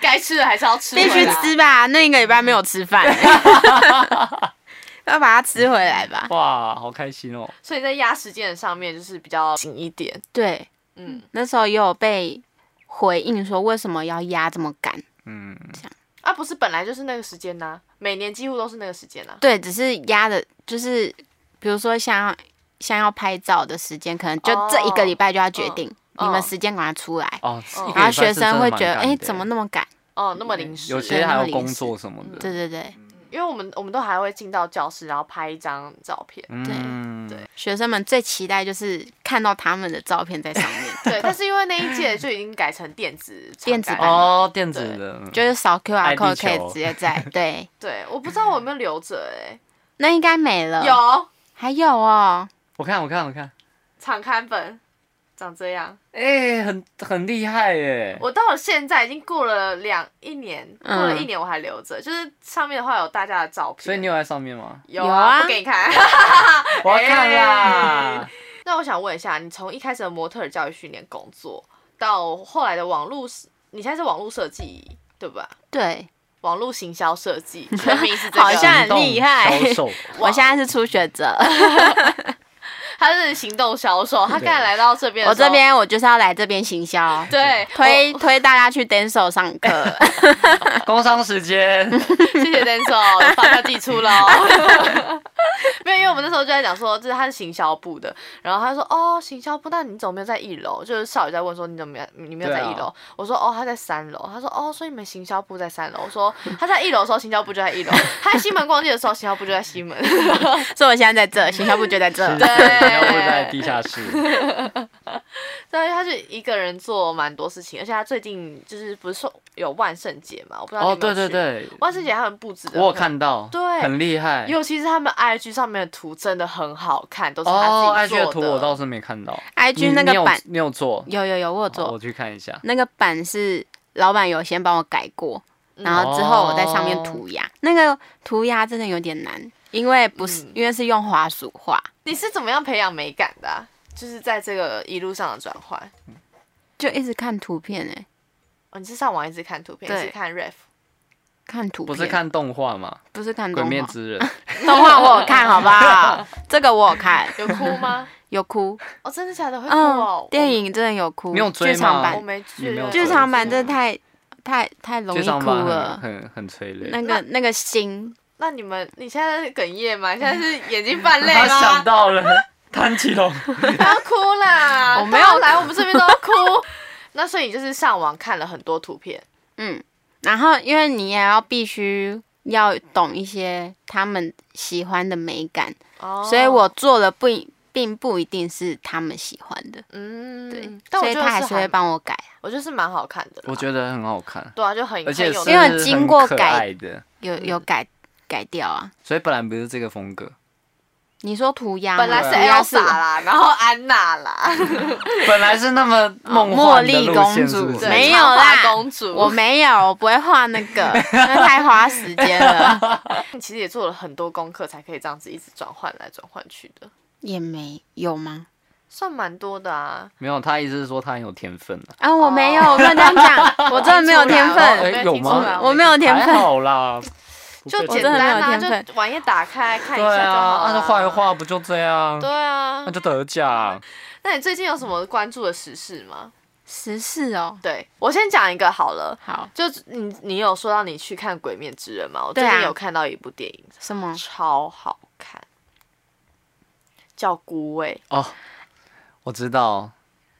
Speaker 1: 该吃的还是要吃，
Speaker 2: 必须。吃吧，那一个礼拜没有吃饭、 要把它吃回来吧。
Speaker 3: 哇，好开心哦！
Speaker 1: 所以在压时间上面就是比较紧一点，
Speaker 2: 对，
Speaker 1: 嗯。
Speaker 2: 那时候也有被回应说为什么要压这么赶？
Speaker 3: 嗯，
Speaker 1: 啊，不是，本来就是那个时间呐、每年几乎都是那个时间呐、
Speaker 2: 对，只是压的，就是比如说像像要拍照的时间，可能就
Speaker 1: 哦
Speaker 2: 这一个礼拜就要决定，
Speaker 1: 嗯
Speaker 2: 你们时间赶快出来。
Speaker 3: 哦，一个礼
Speaker 2: 然后
Speaker 3: 拜
Speaker 2: 学
Speaker 3: 是真的
Speaker 2: 生会觉得，
Speaker 3: 蛮
Speaker 2: 哎、
Speaker 3: 赶的
Speaker 2: 怎么那么赶？
Speaker 1: 哦，那么临时，
Speaker 3: 有些还要工作什么的。
Speaker 2: 对对对，
Speaker 1: 因为我们我们都还会进到教室，然后拍一张照片。
Speaker 3: 嗯，
Speaker 1: 对
Speaker 2: 学生们最期待就是看到他们的照片在上 面，
Speaker 1: 对，但是因为那一届就已经改成电子
Speaker 2: 电子
Speaker 1: 版，
Speaker 2: 版
Speaker 3: 哦，电子的，嗯
Speaker 2: 就是扫 QR
Speaker 3: 爱地
Speaker 2: code
Speaker 3: 球
Speaker 2: 可以直接在对，
Speaker 1: 对，我不知道我有没有留着哎、
Speaker 2: 那应该没了。
Speaker 1: 有
Speaker 2: 还有哦，
Speaker 3: 我看，我看，我看，
Speaker 1: 场刊本长这样，
Speaker 3: 哎，很很厉害耶！
Speaker 1: 我到了现在已经过了两一年，过了一年我还留着，就是上面的话有大家的照片，
Speaker 3: 所以你有在上面吗？
Speaker 1: 有
Speaker 2: 有
Speaker 1: 啊，
Speaker 2: 啊
Speaker 1: 不给你看。
Speaker 3: 我要看啦。
Speaker 1: 那我想问一下，你从一开始的模特儿教育训练工作，到后来的网络，你现在是网络设计对吧？
Speaker 2: 对，
Speaker 1: 网络行销设计，全名是这个，
Speaker 2: 好像很
Speaker 3: 行动
Speaker 2: 厉害
Speaker 3: 销售，
Speaker 2: 我现在是初学者，
Speaker 1: 他是行动销售，他刚才来到这边，
Speaker 2: 我这。边我就是要来这边行销，
Speaker 1: 对，
Speaker 2: 推推大家去 Denso 上 课。
Speaker 3: 工商时间，
Speaker 1: 谢谢 d a n c e 发票寄出喽。 没有，因为我们那时候就在讲说，就是他是行销部的，然后他说哦，行销部，那你怎么没有在一楼？就是少宇在问说你怎么没有你没有在一
Speaker 3: 对
Speaker 1: 楼？
Speaker 3: 啊
Speaker 1: 我说哦，他在三楼。他说哦，所以你们行销部在三楼。我说他在一楼的时候，行销部就在一楼；他在西门逛街的时候，行销部就在西门。
Speaker 2: 所以我现在在这，行销部就在这。
Speaker 3: 是要不在地下室，
Speaker 1: 对，他是一个人做蛮多事情，而且他最近就是不是说有万圣节嘛？我不知道你
Speaker 3: 哦，
Speaker 1: 有没有
Speaker 3: 对对
Speaker 1: 去，
Speaker 3: 对，
Speaker 1: 万圣节他们布置的，
Speaker 3: 我有，看到，
Speaker 1: 对
Speaker 3: 很厉害。
Speaker 1: 尤其是他们 IG 上面的图真的很好看，都是
Speaker 3: 哦，
Speaker 1: 他
Speaker 3: 爱
Speaker 1: 自己
Speaker 3: 剧
Speaker 1: 做
Speaker 3: 的图我倒是没看到
Speaker 2: IG
Speaker 3: 你
Speaker 2: 那
Speaker 3: 你
Speaker 2: 个
Speaker 3: 有哦
Speaker 2: 版
Speaker 3: 你有做？
Speaker 2: 有有有，我有
Speaker 3: 好
Speaker 2: 做
Speaker 3: 我去看一下。
Speaker 2: 那个版是老板有先帮我改过，
Speaker 1: 嗯
Speaker 3: 嗯
Speaker 2: 然后之后我在上
Speaker 3: 哦
Speaker 2: 面涂鸦。那个涂鸦真的有点难，因为不是、
Speaker 1: 嗯
Speaker 2: 因为是用滑鼠画，
Speaker 1: 你是怎么样培养美感的啊、就是在这个一路上的转换、
Speaker 2: 就一直看图片哎、
Speaker 1: 哦，你是上网一直看图片，
Speaker 2: 对
Speaker 1: 一直看 ref，
Speaker 2: 看图
Speaker 3: 不
Speaker 2: 片
Speaker 3: 是看动画嘛，
Speaker 2: 不是看
Speaker 3: 《
Speaker 2: 动
Speaker 3: 鬼灭
Speaker 2: 画，
Speaker 3: 之刃》
Speaker 2: 动画我有看好不 好？这个我有看，
Speaker 1: 有哭 吗？
Speaker 2: 有哭，
Speaker 1: 哦，真的假的会哭哦
Speaker 2: 嗯，？电影真的有哭，
Speaker 3: 你有追吗
Speaker 2: 剧场
Speaker 1: 我
Speaker 2: 版，
Speaker 1: 没
Speaker 3: 你
Speaker 1: 去啊
Speaker 3: 没有，啊
Speaker 2: 剧场版真
Speaker 1: 这
Speaker 2: 的太太太容
Speaker 3: 剧
Speaker 2: 易
Speaker 3: 场
Speaker 2: 哭
Speaker 3: 版
Speaker 2: 了
Speaker 3: 很。很很催泪。
Speaker 2: 那个那个心，
Speaker 1: 那你们你现在是哽咽吗？你现在是眼睛泛泪
Speaker 3: 他
Speaker 1: 吗
Speaker 3: 想？到了炭治龙，
Speaker 1: 不要哭啦！
Speaker 2: 我没有
Speaker 1: 大家来我们这边都要哭。 那所以你就是上网看了很多图片，
Speaker 2: 嗯，然后因为你也要必须要懂一些他们喜欢的美感，
Speaker 1: 哦
Speaker 2: 所以我做了不一并不一定是他们喜欢的，
Speaker 1: 嗯
Speaker 2: 对，
Speaker 1: 但我
Speaker 2: 所以
Speaker 1: 觉得
Speaker 2: 他还是会
Speaker 1: 蛮，
Speaker 2: 帮我改啊，
Speaker 1: 我觉得是蛮好看的啦。
Speaker 3: 我觉得很好看，
Speaker 1: 对啊，就很
Speaker 3: 而且
Speaker 1: 很有
Speaker 3: 是
Speaker 1: 那
Speaker 2: 因
Speaker 1: 个
Speaker 2: 为经过
Speaker 3: 很可
Speaker 2: 改
Speaker 3: 爱的，
Speaker 2: 有
Speaker 1: 嗯
Speaker 2: 有改改掉啊。
Speaker 3: 所以本来不是这个 风格，
Speaker 2: 你说涂鸦吗，
Speaker 1: 本来是
Speaker 2: 涂鸦
Speaker 1: Elsa 啦，然后安娜啦，
Speaker 3: 本来是那么梦
Speaker 2: 啊茉
Speaker 3: 幻的
Speaker 2: 莉
Speaker 3: 路
Speaker 2: 公
Speaker 3: 线，是
Speaker 2: 主
Speaker 3: 不是？
Speaker 1: 对
Speaker 2: 没有
Speaker 1: 长发
Speaker 2: 啦
Speaker 1: 公主，
Speaker 2: 我没有，我不会画那 个，那太花时间了。
Speaker 1: 你其实也做了很多功课，才可以这样子一直转换来转换去的，
Speaker 2: 也没有吗？
Speaker 1: 算蛮多的啊。
Speaker 3: 没有，他意思是说他很有天分啊。
Speaker 2: 啊，我没有，我跟大家 讲，我真的没有天
Speaker 1: 我
Speaker 2: 分，
Speaker 1: 没
Speaker 3: 哎有
Speaker 1: 听出
Speaker 3: 吗
Speaker 1: 来哦
Speaker 2: 我没有天
Speaker 3: 还
Speaker 2: 分。
Speaker 3: 好 啦，
Speaker 1: 就
Speaker 3: 不
Speaker 1: 简
Speaker 3: 会
Speaker 1: 单啊，
Speaker 2: 我真的没有天分
Speaker 1: 就网页打开看一
Speaker 3: 对
Speaker 1: 下就
Speaker 3: 啊，
Speaker 1: 好
Speaker 3: 那
Speaker 1: 了。
Speaker 3: 就画一画，不就这样
Speaker 1: 对？啊
Speaker 3: 那，就得奖。
Speaker 1: 那你最近有什么关注的时事吗？
Speaker 2: 十四哦，
Speaker 1: 对我先讲一个好了，
Speaker 2: 好，
Speaker 1: 就你你有说到你去看《鬼面之刃》吗？我最
Speaker 2: 对啊
Speaker 1: 近有看到一部电影，
Speaker 2: 什么？
Speaker 1: 超好看，叫《孤味
Speaker 2: 啊
Speaker 3: 哦，我知道，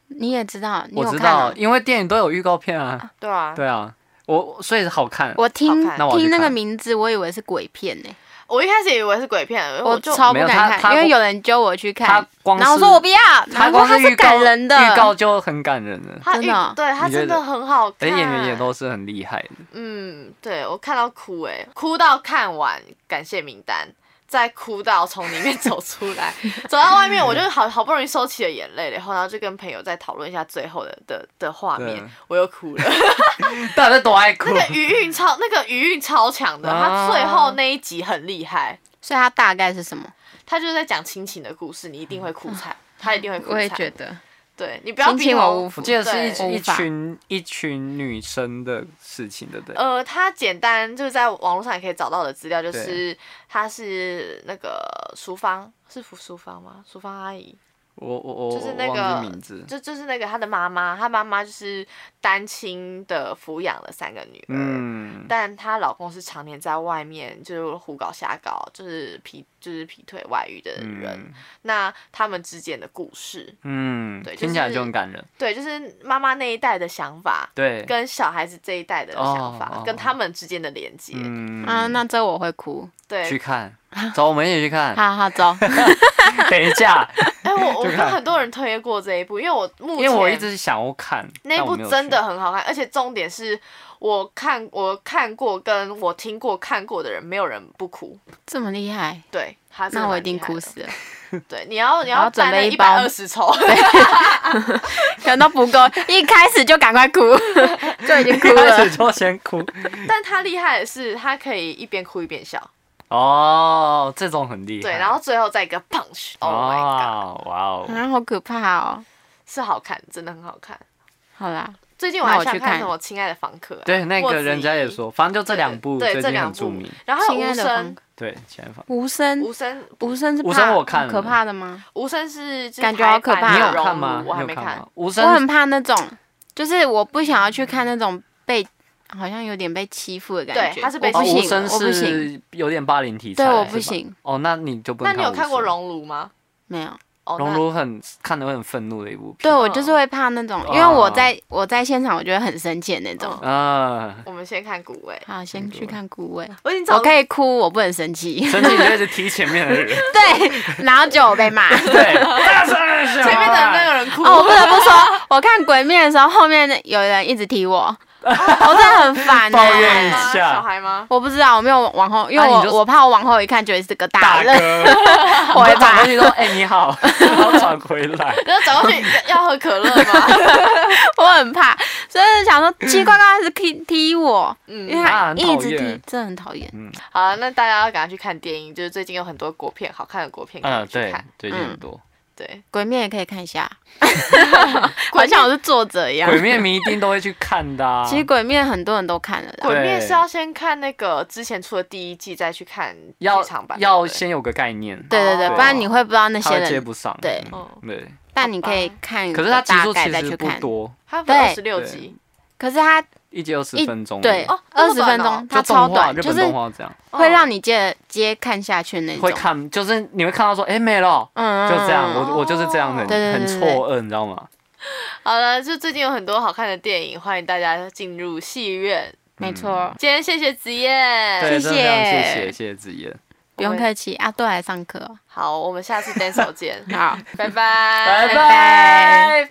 Speaker 2: 你也知道，你
Speaker 3: 我
Speaker 2: 有
Speaker 3: 知
Speaker 2: 看
Speaker 3: 道，
Speaker 2: 啊？
Speaker 3: 因为电影都有预告片啊。》。
Speaker 1: 对啊，
Speaker 3: 对啊，我所以好看。
Speaker 2: 我听
Speaker 1: 好看
Speaker 3: 那我要去
Speaker 2: 听那个
Speaker 3: 看
Speaker 2: 名字，我以为是鬼片呢，
Speaker 1: 我一开始以为是鬼片，我就
Speaker 2: 超不
Speaker 3: 哦没有他
Speaker 2: 敢看，
Speaker 3: 他
Speaker 2: 因为有人揪我去
Speaker 3: 他
Speaker 2: 看，
Speaker 3: 光是
Speaker 2: 然后我说我不要，然
Speaker 3: 他
Speaker 2: 后
Speaker 3: 光
Speaker 2: 他
Speaker 3: 预
Speaker 2: 是
Speaker 3: 告
Speaker 2: 感人的，
Speaker 3: 预告就很感人了，
Speaker 1: 他
Speaker 2: 真
Speaker 1: 预
Speaker 2: 的哦
Speaker 1: 对他
Speaker 3: 你觉
Speaker 1: 真的
Speaker 3: 得
Speaker 1: 很好
Speaker 3: 而
Speaker 1: 看，
Speaker 3: 且演员也都是很厉害的。
Speaker 1: 嗯，对我看到哭哎、哭到看完感谢名单，再哭到从里面走出来，走到外面我就好好不容易收起了眼泪，然后然后就跟朋友再讨论一下最后的的的画面
Speaker 3: 对，啊
Speaker 1: 我又哭了。
Speaker 3: 大家多爱哭
Speaker 1: 那个余韵超那个余韵超强的，他
Speaker 3: 啊
Speaker 1: 最后那一集很厉害，
Speaker 2: 所以他大概是什么？
Speaker 1: 他就是在讲亲情的故事，你一定会哭惨，他一定会哭惨。
Speaker 2: 得，
Speaker 1: 对你不要
Speaker 2: 亲
Speaker 1: 逼
Speaker 2: 情我无
Speaker 3: 我记得是
Speaker 1: 对
Speaker 3: 一
Speaker 2: 无
Speaker 3: 一
Speaker 2: 法
Speaker 3: 群一群女生的事情，对不对？
Speaker 1: 呃，他简单就是在网络上也可以找到的资料，就是他是那个淑芳，是淑淑芳吗？淑芳阿姨，
Speaker 3: 我我我
Speaker 1: 就是那
Speaker 3: 我忘记
Speaker 1: 个
Speaker 3: 名字，
Speaker 1: 就就是那个他的妈妈，他妈妈就是单亲的抚养了三个女儿。
Speaker 3: 嗯，
Speaker 1: 但她老公是常年在外面就是胡搞瞎搞，就是劈就是劈腿外遇的人。
Speaker 3: 嗯
Speaker 1: 那他们之间的故事，
Speaker 3: 嗯，
Speaker 1: 对就
Speaker 3: 听起来
Speaker 1: 是
Speaker 3: 就很感人。
Speaker 1: 对，就是妈妈那一代的想法，
Speaker 3: 对，
Speaker 1: 跟小孩子这一代的想法，
Speaker 3: 哦哦
Speaker 1: 跟他们之间的连接。
Speaker 3: 嗯
Speaker 2: 啊，那这我会哭。
Speaker 1: 对，啊
Speaker 3: 去看，走，我们一起去看。
Speaker 2: 好好走，
Speaker 3: 等一下，
Speaker 1: 哎、我我
Speaker 3: 就
Speaker 1: 跟
Speaker 3: 看
Speaker 1: 很多人推过这一部，因为我目
Speaker 3: 因
Speaker 1: 前
Speaker 3: 为我一直想要看
Speaker 1: 那一
Speaker 3: 但我
Speaker 1: 部
Speaker 3: 没有
Speaker 1: 真的
Speaker 3: 去
Speaker 1: 很好看，而且重点是我看我看过跟我听过看过的人，没有人不哭。
Speaker 2: 这么厉害，
Speaker 1: 对，他真的
Speaker 2: 那我
Speaker 1: 蛮
Speaker 2: 一定
Speaker 1: 厉害
Speaker 2: 哭
Speaker 1: 的。
Speaker 2: 死了，
Speaker 1: 对，你要你要
Speaker 2: 要准备
Speaker 1: 一
Speaker 2: 一
Speaker 1: 百
Speaker 2: 包
Speaker 1: 二十 抽，
Speaker 2: 可能都不够，一开始就赶快哭， 就已经哭
Speaker 3: 一开
Speaker 2: 了
Speaker 3: 始。就先哭
Speaker 1: 但他厉害的是他可以一边哭一边笑，
Speaker 3: 哦，这种很厉害。
Speaker 1: 对，然后最后再一个 punch。Oh my god，
Speaker 3: 哦，哇哦，
Speaker 2: 啊，好可怕哦！
Speaker 1: 是好看，真的很好看。
Speaker 2: 好啦，
Speaker 1: 最近我还
Speaker 2: 那我
Speaker 1: 想
Speaker 2: 去
Speaker 1: 看
Speaker 2: 看
Speaker 1: 什么《亲爱的房客》啊，
Speaker 3: 对，那
Speaker 1: 莫
Speaker 3: 个
Speaker 1: 子
Speaker 3: 人家
Speaker 1: 仪
Speaker 3: 也说，反正就这两部
Speaker 1: 对
Speaker 3: 最
Speaker 1: 这
Speaker 3: 近
Speaker 1: 两
Speaker 3: 很
Speaker 1: 部
Speaker 3: 著名。
Speaker 1: 然后还有
Speaker 2: 亲
Speaker 1: 无
Speaker 2: 爱的房
Speaker 1: 声
Speaker 2: 客，
Speaker 3: 对，起来房。
Speaker 2: 无声，
Speaker 1: 无声
Speaker 2: 无声是
Speaker 3: 无声
Speaker 2: 怕
Speaker 3: 我看
Speaker 2: 很可
Speaker 3: 了
Speaker 2: 怕的吗？
Speaker 1: 无声是就是
Speaker 2: 感觉好可
Speaker 1: 台版
Speaker 2: 怕
Speaker 3: 你
Speaker 1: 的
Speaker 3: 有
Speaker 1: 熔
Speaker 3: 看吗？
Speaker 1: 炉我还
Speaker 3: 你
Speaker 1: 没
Speaker 3: 有
Speaker 1: 看
Speaker 3: 吗。。无
Speaker 2: 我
Speaker 3: 声
Speaker 2: 很怕那种，就是我不想要去看那种被好像有点被欺负的感
Speaker 1: 对
Speaker 2: 觉。
Speaker 1: 他是被
Speaker 2: 我不
Speaker 3: 哦，
Speaker 1: 欺负
Speaker 3: 无
Speaker 2: 行，
Speaker 3: 声
Speaker 2: 我不行，
Speaker 3: 是有点霸凌题材，
Speaker 2: 对，我
Speaker 3: 是
Speaker 2: 不
Speaker 3: 吧。
Speaker 2: 行，
Speaker 3: 哦，那你就不
Speaker 1: 那
Speaker 3: 能
Speaker 1: 你有
Speaker 3: 无
Speaker 1: 看过《
Speaker 3: 声
Speaker 1: 熔炉》吗？
Speaker 2: 没有。
Speaker 1: 哦，
Speaker 3: 熔
Speaker 1: 那
Speaker 3: 炉很看的会很愤怒的一部
Speaker 2: 对
Speaker 3: 片。
Speaker 2: 我就是会怕那种，因为我在
Speaker 3: 哦
Speaker 2: 我在现场，我觉得很生气的那种。
Speaker 1: 嗯
Speaker 3: 啊，
Speaker 1: 我们先看古味，
Speaker 2: 好，先去看顾问。
Speaker 1: 我已经找
Speaker 2: 我可以哭，我不能生 气。
Speaker 3: 生气你就一直踢前面 的人，
Speaker 2: 对，然后就有被骂。
Speaker 3: 对，大声一些
Speaker 1: 前面的那个人哭，
Speaker 2: 哦，我不得不说，我看《鬼面》的时候，后面有人一直踢我，我真的很烦、欸。
Speaker 3: 抱怨一
Speaker 1: 吗
Speaker 3: 等下
Speaker 1: 小孩吗？
Speaker 2: 我不知道，我没有往后，因为
Speaker 3: 啊
Speaker 2: 我、
Speaker 3: 你就
Speaker 2: 我怕我往后一看觉得是个大
Speaker 3: 大
Speaker 2: 人，
Speaker 3: 哥，
Speaker 2: 我会
Speaker 3: 我转
Speaker 2: 怕
Speaker 3: 过，去说：“哎，你好。”然后转回来，
Speaker 1: 然后走过 去要要喝可乐吗？
Speaker 2: 我很怕，所以想说奇怪，刚开始踢踢我，因为
Speaker 1: 嗯，
Speaker 3: 啊
Speaker 2: 他
Speaker 3: 很
Speaker 2: 一
Speaker 3: 讨
Speaker 2: 直
Speaker 3: 厌
Speaker 2: 踢，真的很讨厌。
Speaker 3: 嗯
Speaker 1: 好啊，那大家要赶快去看电影，就是最近有很多国片，好看的国片可
Speaker 3: 嗯，
Speaker 1: 以去
Speaker 3: 对
Speaker 1: 看。，嗯
Speaker 3: 最近很多
Speaker 1: 对，
Speaker 2: 鬼面也可以看一 下，
Speaker 1: 鬼
Speaker 2: 好
Speaker 1: 面
Speaker 2: 像我是作者一
Speaker 3: 《
Speaker 2: 样。
Speaker 3: 鬼灭》迷一定都会去看的啊。
Speaker 2: 其实鬼面很多人都看了啦，
Speaker 1: 鬼面
Speaker 3: 对
Speaker 1: 是要先看那个之前出的第一季，再去看剧
Speaker 3: 要
Speaker 1: 场版。
Speaker 3: 要
Speaker 1: 对不对
Speaker 3: 先有个概念，
Speaker 2: 对对对，
Speaker 1: 哦
Speaker 2: 不然你会不知道那
Speaker 3: 啊他
Speaker 2: 些
Speaker 3: 会接
Speaker 2: 人。
Speaker 3: 不上。
Speaker 2: 对
Speaker 1: 嗯，
Speaker 3: 嗯对，
Speaker 2: 但你可以看，
Speaker 3: 可是他集
Speaker 2: 大
Speaker 3: 数
Speaker 2: 概
Speaker 3: 其
Speaker 2: 再去
Speaker 3: 实不
Speaker 2: 看。
Speaker 3: 多，
Speaker 1: 它
Speaker 2: 对
Speaker 1: 分二十六
Speaker 3: 对
Speaker 1: 集，
Speaker 2: 可是他
Speaker 3: 一集二十
Speaker 2: 一
Speaker 3: 分钟而已，
Speaker 2: 对
Speaker 1: 哦那
Speaker 2: 二
Speaker 1: 么
Speaker 2: 十
Speaker 1: 短
Speaker 2: 分
Speaker 1: 哦
Speaker 2: 钟，它
Speaker 3: 就
Speaker 2: 超
Speaker 3: 动画，
Speaker 2: 短，
Speaker 3: 日
Speaker 2: 就
Speaker 3: 本
Speaker 2: 是
Speaker 3: 动画这样，
Speaker 2: 会让
Speaker 1: 你
Speaker 2: 你接接看下去那种。
Speaker 3: 会看，就是你会看到说，哎，没了，
Speaker 2: 嗯，嗯，
Speaker 3: 就这样，
Speaker 2: 嗯
Speaker 3: 我我就是这样的，
Speaker 2: 对对对
Speaker 3: 很
Speaker 2: 对
Speaker 3: 错
Speaker 2: 对
Speaker 3: 愕，你知道吗？
Speaker 1: 好了。就最近有很多好看的电影，欢迎大家进入戏院。
Speaker 2: 没
Speaker 3: 嗯
Speaker 2: 错，
Speaker 1: 今天谢谢子燕，
Speaker 3: 对，真的非常
Speaker 2: 谢
Speaker 3: 谢谢
Speaker 2: 谢
Speaker 3: 谢谢子妍，
Speaker 2: 不用客气啊，都来上课哦。
Speaker 1: 好，我们下次 dance 见，
Speaker 2: 好。
Speaker 1: 拜拜，
Speaker 3: 拜。